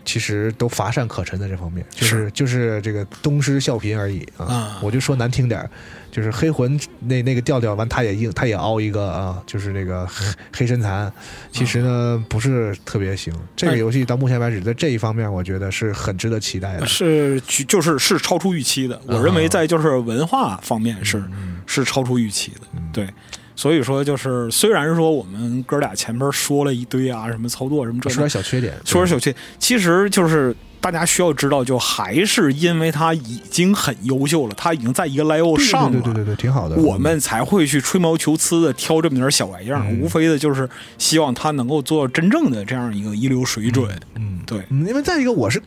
[SPEAKER 2] 其实都乏善可陈在这方面，就是就是这个东施效颦而已啊。
[SPEAKER 1] 啊
[SPEAKER 2] 我就说难听点儿，就是黑魂那那个调调，完他也硬，他也凹一个啊，就是那个黑
[SPEAKER 1] 嗯
[SPEAKER 2] 黑神蚕，其实呢不是特别行。这个
[SPEAKER 1] 啊哎
[SPEAKER 2] 游戏到目前为止，在这一方面，我觉得是很值得期待的。
[SPEAKER 1] 是就就是是超出预期的，我认
[SPEAKER 2] 啊
[SPEAKER 1] 为在就是文化方面是、
[SPEAKER 2] 嗯
[SPEAKER 1] 是超出预期的，对。所以说，就是虽然说我们哥俩前边说了一堆啊，什么操作什么这
[SPEAKER 2] 说
[SPEAKER 1] 那
[SPEAKER 2] 点小缺点，
[SPEAKER 1] 说是
[SPEAKER 2] 对
[SPEAKER 1] 小气，其实就是大家需要知道，就还是因为它已经很优秀了，它已经在一个 level 上了，
[SPEAKER 2] 对对对对对，挺好的。
[SPEAKER 1] 我们才会去吹毛求疵的挑这么点小玩意儿，
[SPEAKER 2] 嗯
[SPEAKER 1] 无非的就是希望它能够做真正的这样一个一流水准。
[SPEAKER 2] 嗯，
[SPEAKER 1] 对，
[SPEAKER 2] 嗯，因为再一个我是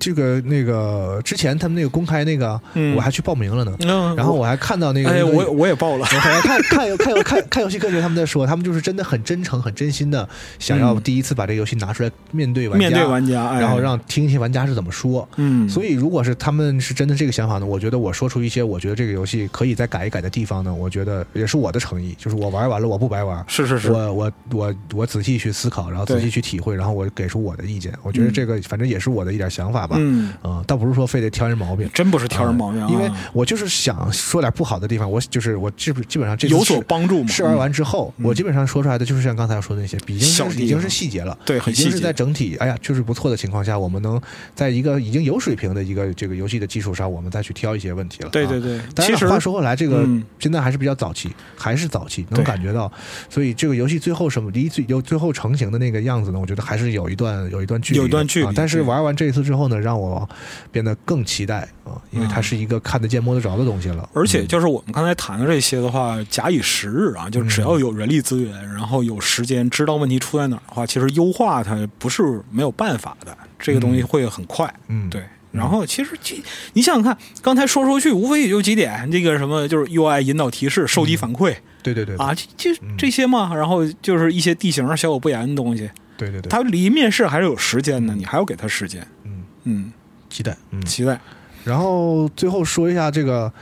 [SPEAKER 2] 这个那个之前他们那个公开那个，
[SPEAKER 1] 嗯
[SPEAKER 2] 我还去报名了呢，
[SPEAKER 1] 嗯
[SPEAKER 2] 然后我还看到那个，
[SPEAKER 1] 哎，
[SPEAKER 2] 那个
[SPEAKER 1] 我也我也报了，
[SPEAKER 2] 我好像看看看看看游戏科学他们在说，他们就是真的很真诚、很真心的想要
[SPEAKER 1] 嗯
[SPEAKER 2] 第一次把这个游戏拿出来面对玩家，
[SPEAKER 1] 面对玩家，哎、
[SPEAKER 2] 然后让听一些玩家是怎么说。
[SPEAKER 1] 嗯，
[SPEAKER 2] 所以，如果是他们是真的这个想法呢，我觉得我说出一些我觉得这个游戏可以再改一改的地方呢，我觉得也是我的诚意，就是我玩完了我不白玩，
[SPEAKER 1] 是是是，
[SPEAKER 2] 我我我我仔细去思考，然后仔细去体会，然后我给出我的意见。我觉得这个反正也是我的一点想法吧，
[SPEAKER 1] 嗯，
[SPEAKER 2] 嗯，倒不是说非得挑人毛病，
[SPEAKER 1] 真不是挑人毛病、啊
[SPEAKER 2] 嗯因为我就是想说点不好的地方，我就是我基本基本上这次
[SPEAKER 1] 有所
[SPEAKER 2] 试
[SPEAKER 1] 帮助嘛，
[SPEAKER 2] 试玩
[SPEAKER 1] 嗯
[SPEAKER 2] 完之后，我基本上说出来的就是像刚才说的那些，已经
[SPEAKER 1] 小
[SPEAKER 2] 是
[SPEAKER 1] 地
[SPEAKER 2] 已经
[SPEAKER 1] 方
[SPEAKER 2] 是细节了。
[SPEAKER 1] 对，很
[SPEAKER 2] 已经
[SPEAKER 1] 细
[SPEAKER 2] 是在
[SPEAKER 1] 节，
[SPEAKER 2] 整体，哎呀，就是不错的情况下，我们能在一个已经有水平的一个这个游戏的基础上，我们再去挑一些问题了。
[SPEAKER 1] 对
[SPEAKER 2] 啊
[SPEAKER 1] 对对，
[SPEAKER 2] 当然
[SPEAKER 1] 其
[SPEAKER 2] 了
[SPEAKER 1] 实
[SPEAKER 2] 话说回来，这个
[SPEAKER 1] 嗯
[SPEAKER 2] 现在还是比较早期，还是早期，能
[SPEAKER 1] 对
[SPEAKER 2] 感觉到。所以这个游戏最后什么离最有最后成型的那个样子呢，我觉得还是有一段有一段距离的，
[SPEAKER 1] 有一段距离
[SPEAKER 2] 啊但是
[SPEAKER 1] 对
[SPEAKER 2] 玩完这一次之后呢，让我变得更期待啊，因为它
[SPEAKER 1] 嗯
[SPEAKER 2] 是一个看得见摸得着的东西了。
[SPEAKER 1] 而且
[SPEAKER 2] 嗯
[SPEAKER 1] 就是我们刚才谈的这些的话，假以时日啊，就只要有人力资源，然后有时间，知道问题出在哪儿的话，其实优化它不是没有办法的，这个东西会很快。
[SPEAKER 2] 嗯，
[SPEAKER 1] 对，然后其实这你想想看，刚才说出去无非也就几点，这个什么就是 UI 引导提示、收集反馈、
[SPEAKER 2] 对嗯对对，
[SPEAKER 1] 啊，这这
[SPEAKER 2] 嗯
[SPEAKER 1] 这些嘛，然后就是一些地形啊小有不言的东西，
[SPEAKER 2] 对对对，
[SPEAKER 1] 它离面试还是有时间的，你还要给它时间。
[SPEAKER 2] 嗯，
[SPEAKER 1] 嗯，
[SPEAKER 2] 期待，嗯。
[SPEAKER 1] 期待。
[SPEAKER 2] 然后最后说一下这个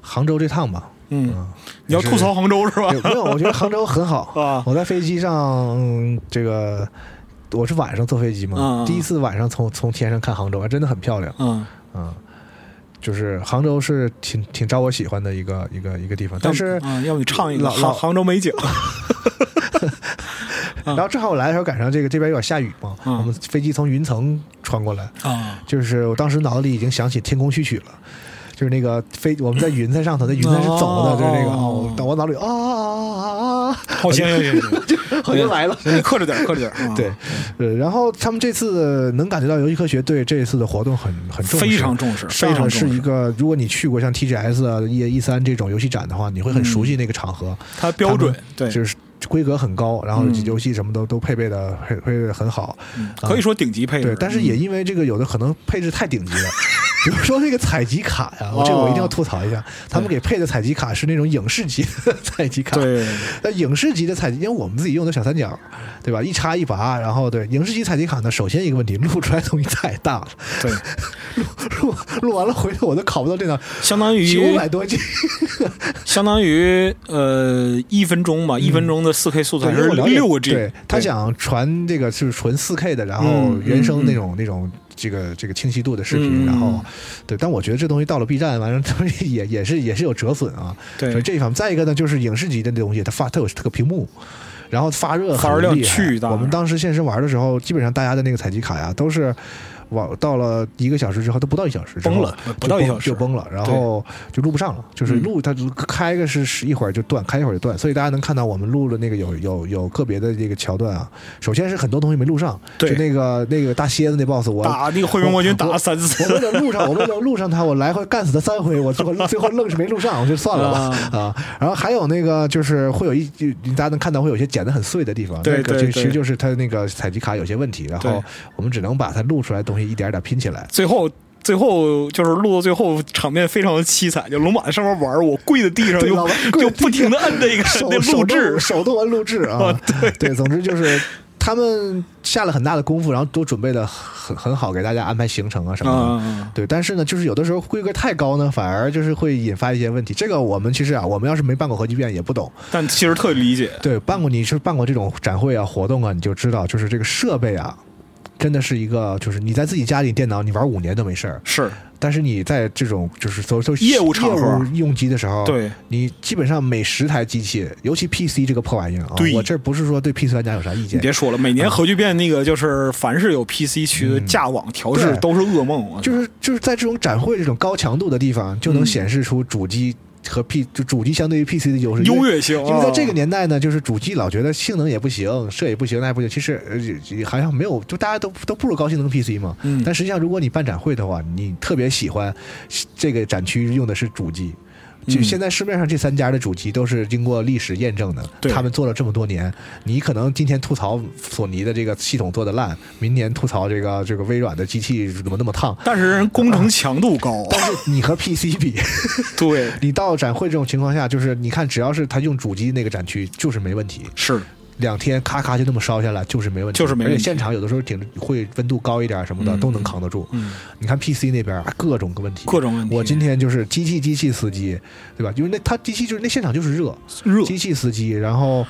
[SPEAKER 2] 杭州这趟 吧，
[SPEAKER 1] 嗯，
[SPEAKER 2] 嗯，
[SPEAKER 1] 你要吐槽杭州是吧
[SPEAKER 2] 也？没有，我觉得杭州很好。
[SPEAKER 1] 啊，
[SPEAKER 2] 我在飞机上，嗯这个我是晚上坐飞机嘛
[SPEAKER 1] 嗯，嗯
[SPEAKER 2] 第一次晚上从从天上看杭州，真的很漂亮
[SPEAKER 1] 嗯，
[SPEAKER 2] 啊。就是杭州是挺挺招我喜欢的一个一个一个地方，但是
[SPEAKER 1] 啊，要不你唱一个
[SPEAKER 2] 老老
[SPEAKER 1] 杭杭州美 景？
[SPEAKER 2] 然后正好我来的时候赶上这个这边有点下雨嘛，
[SPEAKER 1] 嗯
[SPEAKER 2] 我们飞机从云层穿过来，
[SPEAKER 1] 啊，
[SPEAKER 2] 就是我当时脑子里已经想起《天空序曲》了，就是那个飞我们在云彩上头，那云彩是走的，
[SPEAKER 1] 哦
[SPEAKER 2] 就是那个
[SPEAKER 1] 哦
[SPEAKER 2] 哦，我我脑里啊啊啊啊啊，
[SPEAKER 1] 好，行行行行，
[SPEAKER 2] 我就来了。
[SPEAKER 1] 行，你克制点，克制点。 啊
[SPEAKER 2] 对，，呃，然后他们这次能感觉到游戏科学对这一次的活动很很重视，
[SPEAKER 1] 非常重视，非
[SPEAKER 2] 上
[SPEAKER 1] 常
[SPEAKER 2] 的是
[SPEAKER 1] 重
[SPEAKER 2] 一
[SPEAKER 1] 视。
[SPEAKER 2] 个，如果你去过像 TGS 啊、E E 三这种游戏展的话，你会很熟悉那个场合，
[SPEAKER 1] 它嗯标准对，
[SPEAKER 2] 就是规格很高，然后
[SPEAKER 1] 嗯
[SPEAKER 2] 游戏什么都都配备的配配备的很好，
[SPEAKER 1] 嗯可以说顶级配置。
[SPEAKER 2] 啊对，但是也因为这个有的可能配置太顶级了。 比如说那个采集卡呀，我这个我一定
[SPEAKER 1] 哦
[SPEAKER 2] 要吐槽一下，他们给配的采集卡是那种影视级的采集卡，
[SPEAKER 1] 嗯对，
[SPEAKER 2] 那影视级的采集，因为我们自己用的小三角，对吧？一插一拔，然后对影视级采集卡呢，首先一个问题，录出来的东西太大了，
[SPEAKER 1] 对，
[SPEAKER 2] 录录完了回头我都拷不到电脑，
[SPEAKER 1] 相当于
[SPEAKER 2] 九百多 G，
[SPEAKER 1] 相当于呃一分钟吧，一分钟的四 K 素材
[SPEAKER 2] 对
[SPEAKER 1] 是
[SPEAKER 2] 我了解
[SPEAKER 1] 六个 G。
[SPEAKER 2] 对他想传这个是纯四 K 的，然后
[SPEAKER 1] 嗯
[SPEAKER 2] 原生
[SPEAKER 1] 嗯
[SPEAKER 2] 那种、那种这个这个清晰度的视
[SPEAKER 1] 嗯
[SPEAKER 2] 频，
[SPEAKER 1] 嗯
[SPEAKER 2] 然后
[SPEAKER 1] 嗯
[SPEAKER 2] 对，但我觉得这东西到了 B 站，完了他们也也是也是有折损啊，所
[SPEAKER 1] 对
[SPEAKER 2] 以，这一方面，再一个呢，就是影视级的东西，它发它有这个屏幕，然后发热
[SPEAKER 1] 发热量
[SPEAKER 2] 很厉害
[SPEAKER 1] 巨大
[SPEAKER 2] 我们当时现实玩的时候，基本上大家的那个采集卡呀，都是往到了一个小时之后，都不到一小时之后
[SPEAKER 1] 崩了，不到一小时
[SPEAKER 2] 就崩了，然后就录不上了，就是
[SPEAKER 1] 嗯
[SPEAKER 2] 录它开个是是一会儿就断，开一会儿就断，所以大家能看到我们录了那个有有有个别的这个桥段啊，首先是很多东西没录上，
[SPEAKER 1] 对
[SPEAKER 2] 就那个那个大蝎子那 boss 我。
[SPEAKER 1] 打那个汇丰国军打了三
[SPEAKER 2] 我
[SPEAKER 1] 次
[SPEAKER 2] 为。了录上，我为了录上他，我来回干死他三回，我最后最后愣是没录上，我就算了吧啊。然后还有那个就是会有一，就大家能看到会有一些剪得很碎的地方，
[SPEAKER 1] 对
[SPEAKER 2] 那个
[SPEAKER 1] 对
[SPEAKER 2] 就其
[SPEAKER 1] 对
[SPEAKER 2] 实就是他那个采集卡有些问题，然后
[SPEAKER 1] 对
[SPEAKER 2] 我们只能把它录出来的东西一点点拼起来。
[SPEAKER 1] 最后。最后就是录到最后，场面非常的凄惨。就龙马在上面玩，我跪在地上
[SPEAKER 2] 对
[SPEAKER 1] 就
[SPEAKER 2] 老王跪
[SPEAKER 1] 就
[SPEAKER 2] 在地
[SPEAKER 1] 不停的摁那个
[SPEAKER 2] 手
[SPEAKER 1] 那录制，
[SPEAKER 2] 手动完录制 啊
[SPEAKER 1] 啊，
[SPEAKER 2] 对总之就是他们下了很大的功夫，然后都准备的很很好，给大家安排行程啊什么的。
[SPEAKER 1] 啊，
[SPEAKER 2] 对，但是呢，就是有的时候规格太高呢，反而就是会引发一些问题。这个我们其实啊，我们要是没办过核聚变也不懂。
[SPEAKER 1] 但其实特理解，
[SPEAKER 2] 对，办过你是办过这种展会啊、活动啊，你就知道，就是这个设备啊，真的是一个，就是你在自己家里电脑你玩五年都没事儿，
[SPEAKER 1] 是
[SPEAKER 2] 但是你在这种就是所所
[SPEAKER 1] 业务场合
[SPEAKER 2] 业务用机的时候，
[SPEAKER 1] 对，
[SPEAKER 2] 你基本上每十台机器，尤其 PC 这个破玩意儿啊，
[SPEAKER 1] 对
[SPEAKER 2] 我这不是说对 PC 玩家有啥意
[SPEAKER 1] 你
[SPEAKER 2] 见，
[SPEAKER 1] 别说了，每年核聚变那个就是凡是有 PC 区的架网调试
[SPEAKER 2] 嗯对
[SPEAKER 1] 都是噩梦，我
[SPEAKER 2] 就是就是在这种展会这种高强度的地方，就能
[SPEAKER 1] 嗯
[SPEAKER 2] 显示出主机和 P 就主机相对于 PC 的优势，因
[SPEAKER 1] 优
[SPEAKER 2] 为
[SPEAKER 1] 越性啊，
[SPEAKER 2] 因为在这个年代呢，就是主机老觉得性能也不行，摄也不行，那也不行。其实呃也也好像没有，就大家都都不如高性能 PC 嘛。
[SPEAKER 1] 嗯
[SPEAKER 2] 但实际上，如果你办展会的话，你特别喜欢这个展区用的是主机。就
[SPEAKER 1] 嗯
[SPEAKER 2] 现在市面上这三家的主机都是经过历史验证的，
[SPEAKER 1] 对
[SPEAKER 2] 他们做了这么多年。你可能今天吐槽索尼的这个系统做的烂，明年吐槽这个这个微软的机器怎么那么烫，
[SPEAKER 1] 但是人工程强度 高，
[SPEAKER 2] 但是你和 PC 比，
[SPEAKER 1] 对，
[SPEAKER 2] 你到展会这种情况下，就是你看，只要是他用主机那个展区，就是没问题。
[SPEAKER 1] 是
[SPEAKER 2] 两天咔咔就那么烧下来，就是没问题，
[SPEAKER 1] 就是没问
[SPEAKER 2] 而
[SPEAKER 1] 题
[SPEAKER 2] 且现场有的时候挺会温度高一点什么的、
[SPEAKER 1] 嗯
[SPEAKER 2] 都能扛得住。
[SPEAKER 1] 嗯，
[SPEAKER 2] 你看 PC 那边啊各种问题，
[SPEAKER 1] 各种问题。
[SPEAKER 2] 我今天就是机器机器司机，对吧？因为那他机器就是那现场就是热，
[SPEAKER 1] 热，
[SPEAKER 2] 机器司机，然后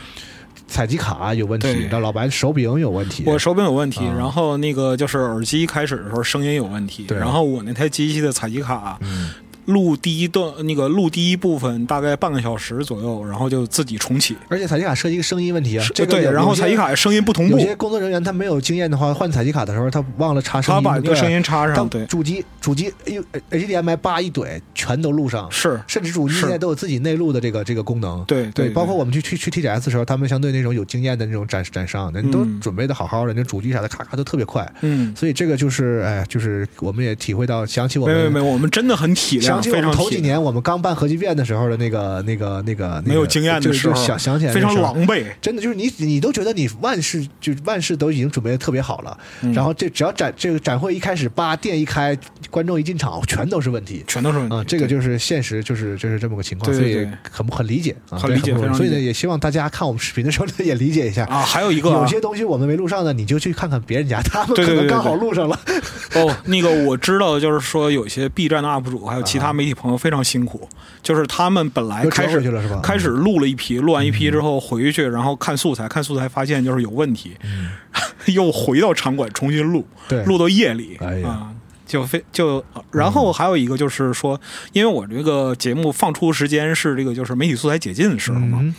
[SPEAKER 2] 采集卡有问题，
[SPEAKER 1] 对
[SPEAKER 2] 然后老白手柄有问题，
[SPEAKER 1] 我手柄有问题，
[SPEAKER 2] 啊
[SPEAKER 1] 然后那个就是耳机开始的时候声音有问题，
[SPEAKER 2] 对
[SPEAKER 1] 然后我那台机器的采集卡
[SPEAKER 2] 嗯，
[SPEAKER 1] 录第一段那个录第一部分大概半个小时左右，然后就自己重启。
[SPEAKER 2] 而且采集卡涉及一个声音问题啊，这个
[SPEAKER 1] 对，
[SPEAKER 2] 有
[SPEAKER 1] 然后采集。
[SPEAKER 2] 有些
[SPEAKER 1] 卡声音不同
[SPEAKER 2] 有
[SPEAKER 1] 步，
[SPEAKER 2] 些工作人员他没有经验的话，换采集卡的时候他忘了插声
[SPEAKER 1] 他
[SPEAKER 2] 音，
[SPEAKER 1] 把那
[SPEAKER 2] 对
[SPEAKER 1] 个声音插上，
[SPEAKER 2] 当
[SPEAKER 1] 对，
[SPEAKER 2] 主机主机哎呦 HDMI 八一怼，全都录上，
[SPEAKER 1] 是，
[SPEAKER 2] 甚至主机
[SPEAKER 1] 是
[SPEAKER 2] 现在都有自己内录的这个这个功能。
[SPEAKER 1] 对对，
[SPEAKER 2] 包括我们去去去 TGS 的时候，他们相对那种有经验的那种展展商，人都
[SPEAKER 1] 嗯
[SPEAKER 2] 准备的好好的，那主机啥的咔咔都特别快。
[SPEAKER 1] 嗯，
[SPEAKER 2] 所以这个就是哎，就是我们也体会到，想起我
[SPEAKER 1] 没
[SPEAKER 2] 们
[SPEAKER 1] 没没，我们真的很体
[SPEAKER 2] 想
[SPEAKER 1] 谅，
[SPEAKER 2] 起我
[SPEAKER 1] 非
[SPEAKER 2] 们
[SPEAKER 1] 常
[SPEAKER 2] 头
[SPEAKER 1] 体
[SPEAKER 2] 几
[SPEAKER 1] 谅
[SPEAKER 2] 年我们刚办核聚变的时候的那个那个那个那个
[SPEAKER 1] 没有经验的
[SPEAKER 2] 就
[SPEAKER 1] 时候
[SPEAKER 2] 就想想起来那
[SPEAKER 1] 非常
[SPEAKER 2] 时候
[SPEAKER 1] 狼狈，
[SPEAKER 2] 真的就是你，你都觉得你万事就万事都已经准备的特别好了，
[SPEAKER 1] 嗯
[SPEAKER 2] 然后这只要展这个展会一开始，叭店一开，观众一进场，全都是问题
[SPEAKER 1] 全都是问
[SPEAKER 2] 啊、
[SPEAKER 1] 题。
[SPEAKER 2] 这个就是现实，就是就是这么个情况，
[SPEAKER 1] 对对对
[SPEAKER 2] 所以很不很理解啊，
[SPEAKER 1] 很
[SPEAKER 2] 对
[SPEAKER 1] 理解
[SPEAKER 2] 不
[SPEAKER 1] 非常
[SPEAKER 2] 所以呢，
[SPEAKER 1] 理解
[SPEAKER 2] 也希望大家看我们视频的时候呢 也理解一下。
[SPEAKER 1] 啊，还有一个啊
[SPEAKER 2] 有些东西我们没录上的，你就去看看别人家，他们
[SPEAKER 1] 对对
[SPEAKER 2] 可能
[SPEAKER 1] 对对
[SPEAKER 2] 刚好
[SPEAKER 1] 对
[SPEAKER 2] 录上了。
[SPEAKER 1] 哦，那个我知道，就是说有些 B 站的 UP 主还有其
[SPEAKER 2] 啊
[SPEAKER 1] 他媒体朋友非常辛苦，就是他们本来
[SPEAKER 2] 又折
[SPEAKER 1] 哎开
[SPEAKER 2] 回去
[SPEAKER 1] 始
[SPEAKER 2] 了是吧？
[SPEAKER 1] 开始
[SPEAKER 2] 嗯
[SPEAKER 1] 录了一批，录完一批之后回去，然后看素材，看素材发现就是有问题， 又回到场馆重新录，
[SPEAKER 2] 对
[SPEAKER 1] 录到夜里
[SPEAKER 2] 哎呀
[SPEAKER 1] 啊。就非就，然后还有一个就是说，因为我这个节目放出时间是这个就是媒体素材解禁的时候嘛，
[SPEAKER 2] 嗯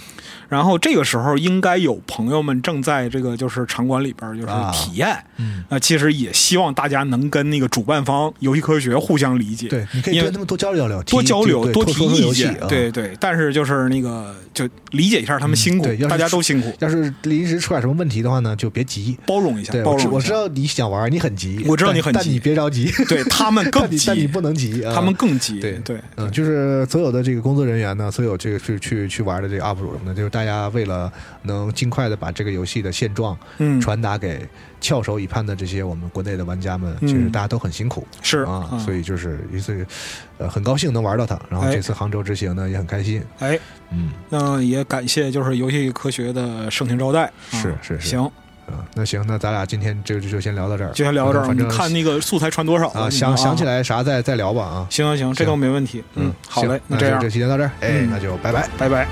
[SPEAKER 1] 然后这个时候应该有朋友们正在这个就是场馆里边儿就是
[SPEAKER 2] 啊
[SPEAKER 1] 体验，
[SPEAKER 2] 嗯，
[SPEAKER 1] 啊，其实也希望大家能跟那个主办方游戏科学互相理解，
[SPEAKER 2] 对，你可以
[SPEAKER 1] 因为
[SPEAKER 2] 跟他们多交流交流，提
[SPEAKER 1] 多交流，
[SPEAKER 2] 对
[SPEAKER 1] 多
[SPEAKER 2] 多
[SPEAKER 1] 提
[SPEAKER 2] 说说
[SPEAKER 1] 意
[SPEAKER 2] 游戏
[SPEAKER 1] 见，
[SPEAKER 2] 啊
[SPEAKER 1] 对对。但是就是那个就理解一下他们辛苦
[SPEAKER 2] 对要，是
[SPEAKER 1] 大家都辛苦，
[SPEAKER 2] 要是临时出点什么问题的话呢，就别急。
[SPEAKER 1] 包容一下
[SPEAKER 2] 对，，
[SPEAKER 1] 包
[SPEAKER 2] 我知
[SPEAKER 1] 容
[SPEAKER 2] 我
[SPEAKER 1] 一
[SPEAKER 2] 知
[SPEAKER 1] 下。
[SPEAKER 2] 道你想玩，你很急，
[SPEAKER 1] 我知道
[SPEAKER 2] 但
[SPEAKER 1] 你很
[SPEAKER 2] 但
[SPEAKER 1] 急
[SPEAKER 2] 你别着急，
[SPEAKER 1] 对他们更
[SPEAKER 2] 但你但你
[SPEAKER 1] 急，
[SPEAKER 2] 不能急，啊
[SPEAKER 1] 他们更急，
[SPEAKER 2] 对
[SPEAKER 1] 对
[SPEAKER 2] 嗯，就是所有的这个工作人员呢，所有这个去去去玩的这个 UP 主什么的，就是大家为了能尽快的把这个游戏的现状
[SPEAKER 1] 嗯，
[SPEAKER 2] 传达给翘首以盼的这些我们国内的玩家们，
[SPEAKER 1] 嗯
[SPEAKER 2] 其实大家都很辛苦
[SPEAKER 1] 是嗯
[SPEAKER 2] 啊，所
[SPEAKER 1] 以
[SPEAKER 2] 以就是一次，呃，很高兴能玩到它，然后
[SPEAKER 1] 哎
[SPEAKER 2] 这次杭州之行呢也很开心，
[SPEAKER 1] 哎，
[SPEAKER 2] 嗯
[SPEAKER 1] 那也感谢就是游戏科学的盛情招待，啊
[SPEAKER 2] 是是是
[SPEAKER 1] 行，
[SPEAKER 2] 啊，那行，那咱俩今天就就就先聊到这儿，嗯
[SPEAKER 1] 就先聊到这儿，我
[SPEAKER 2] 反
[SPEAKER 1] 们
[SPEAKER 2] 正
[SPEAKER 1] 看那个素材传多少
[SPEAKER 2] 啊，想想起
[SPEAKER 1] 来，
[SPEAKER 2] 来啥再再聊吧啊，
[SPEAKER 1] 行行行，这
[SPEAKER 2] 行
[SPEAKER 1] 都没问题，嗯，好
[SPEAKER 2] 行
[SPEAKER 1] 嘞，
[SPEAKER 2] 那
[SPEAKER 1] 这
[SPEAKER 2] 就
[SPEAKER 1] 样
[SPEAKER 2] 这，期先到这儿，哎，
[SPEAKER 1] 嗯
[SPEAKER 2] 那就拜拜。
[SPEAKER 1] 拜拜。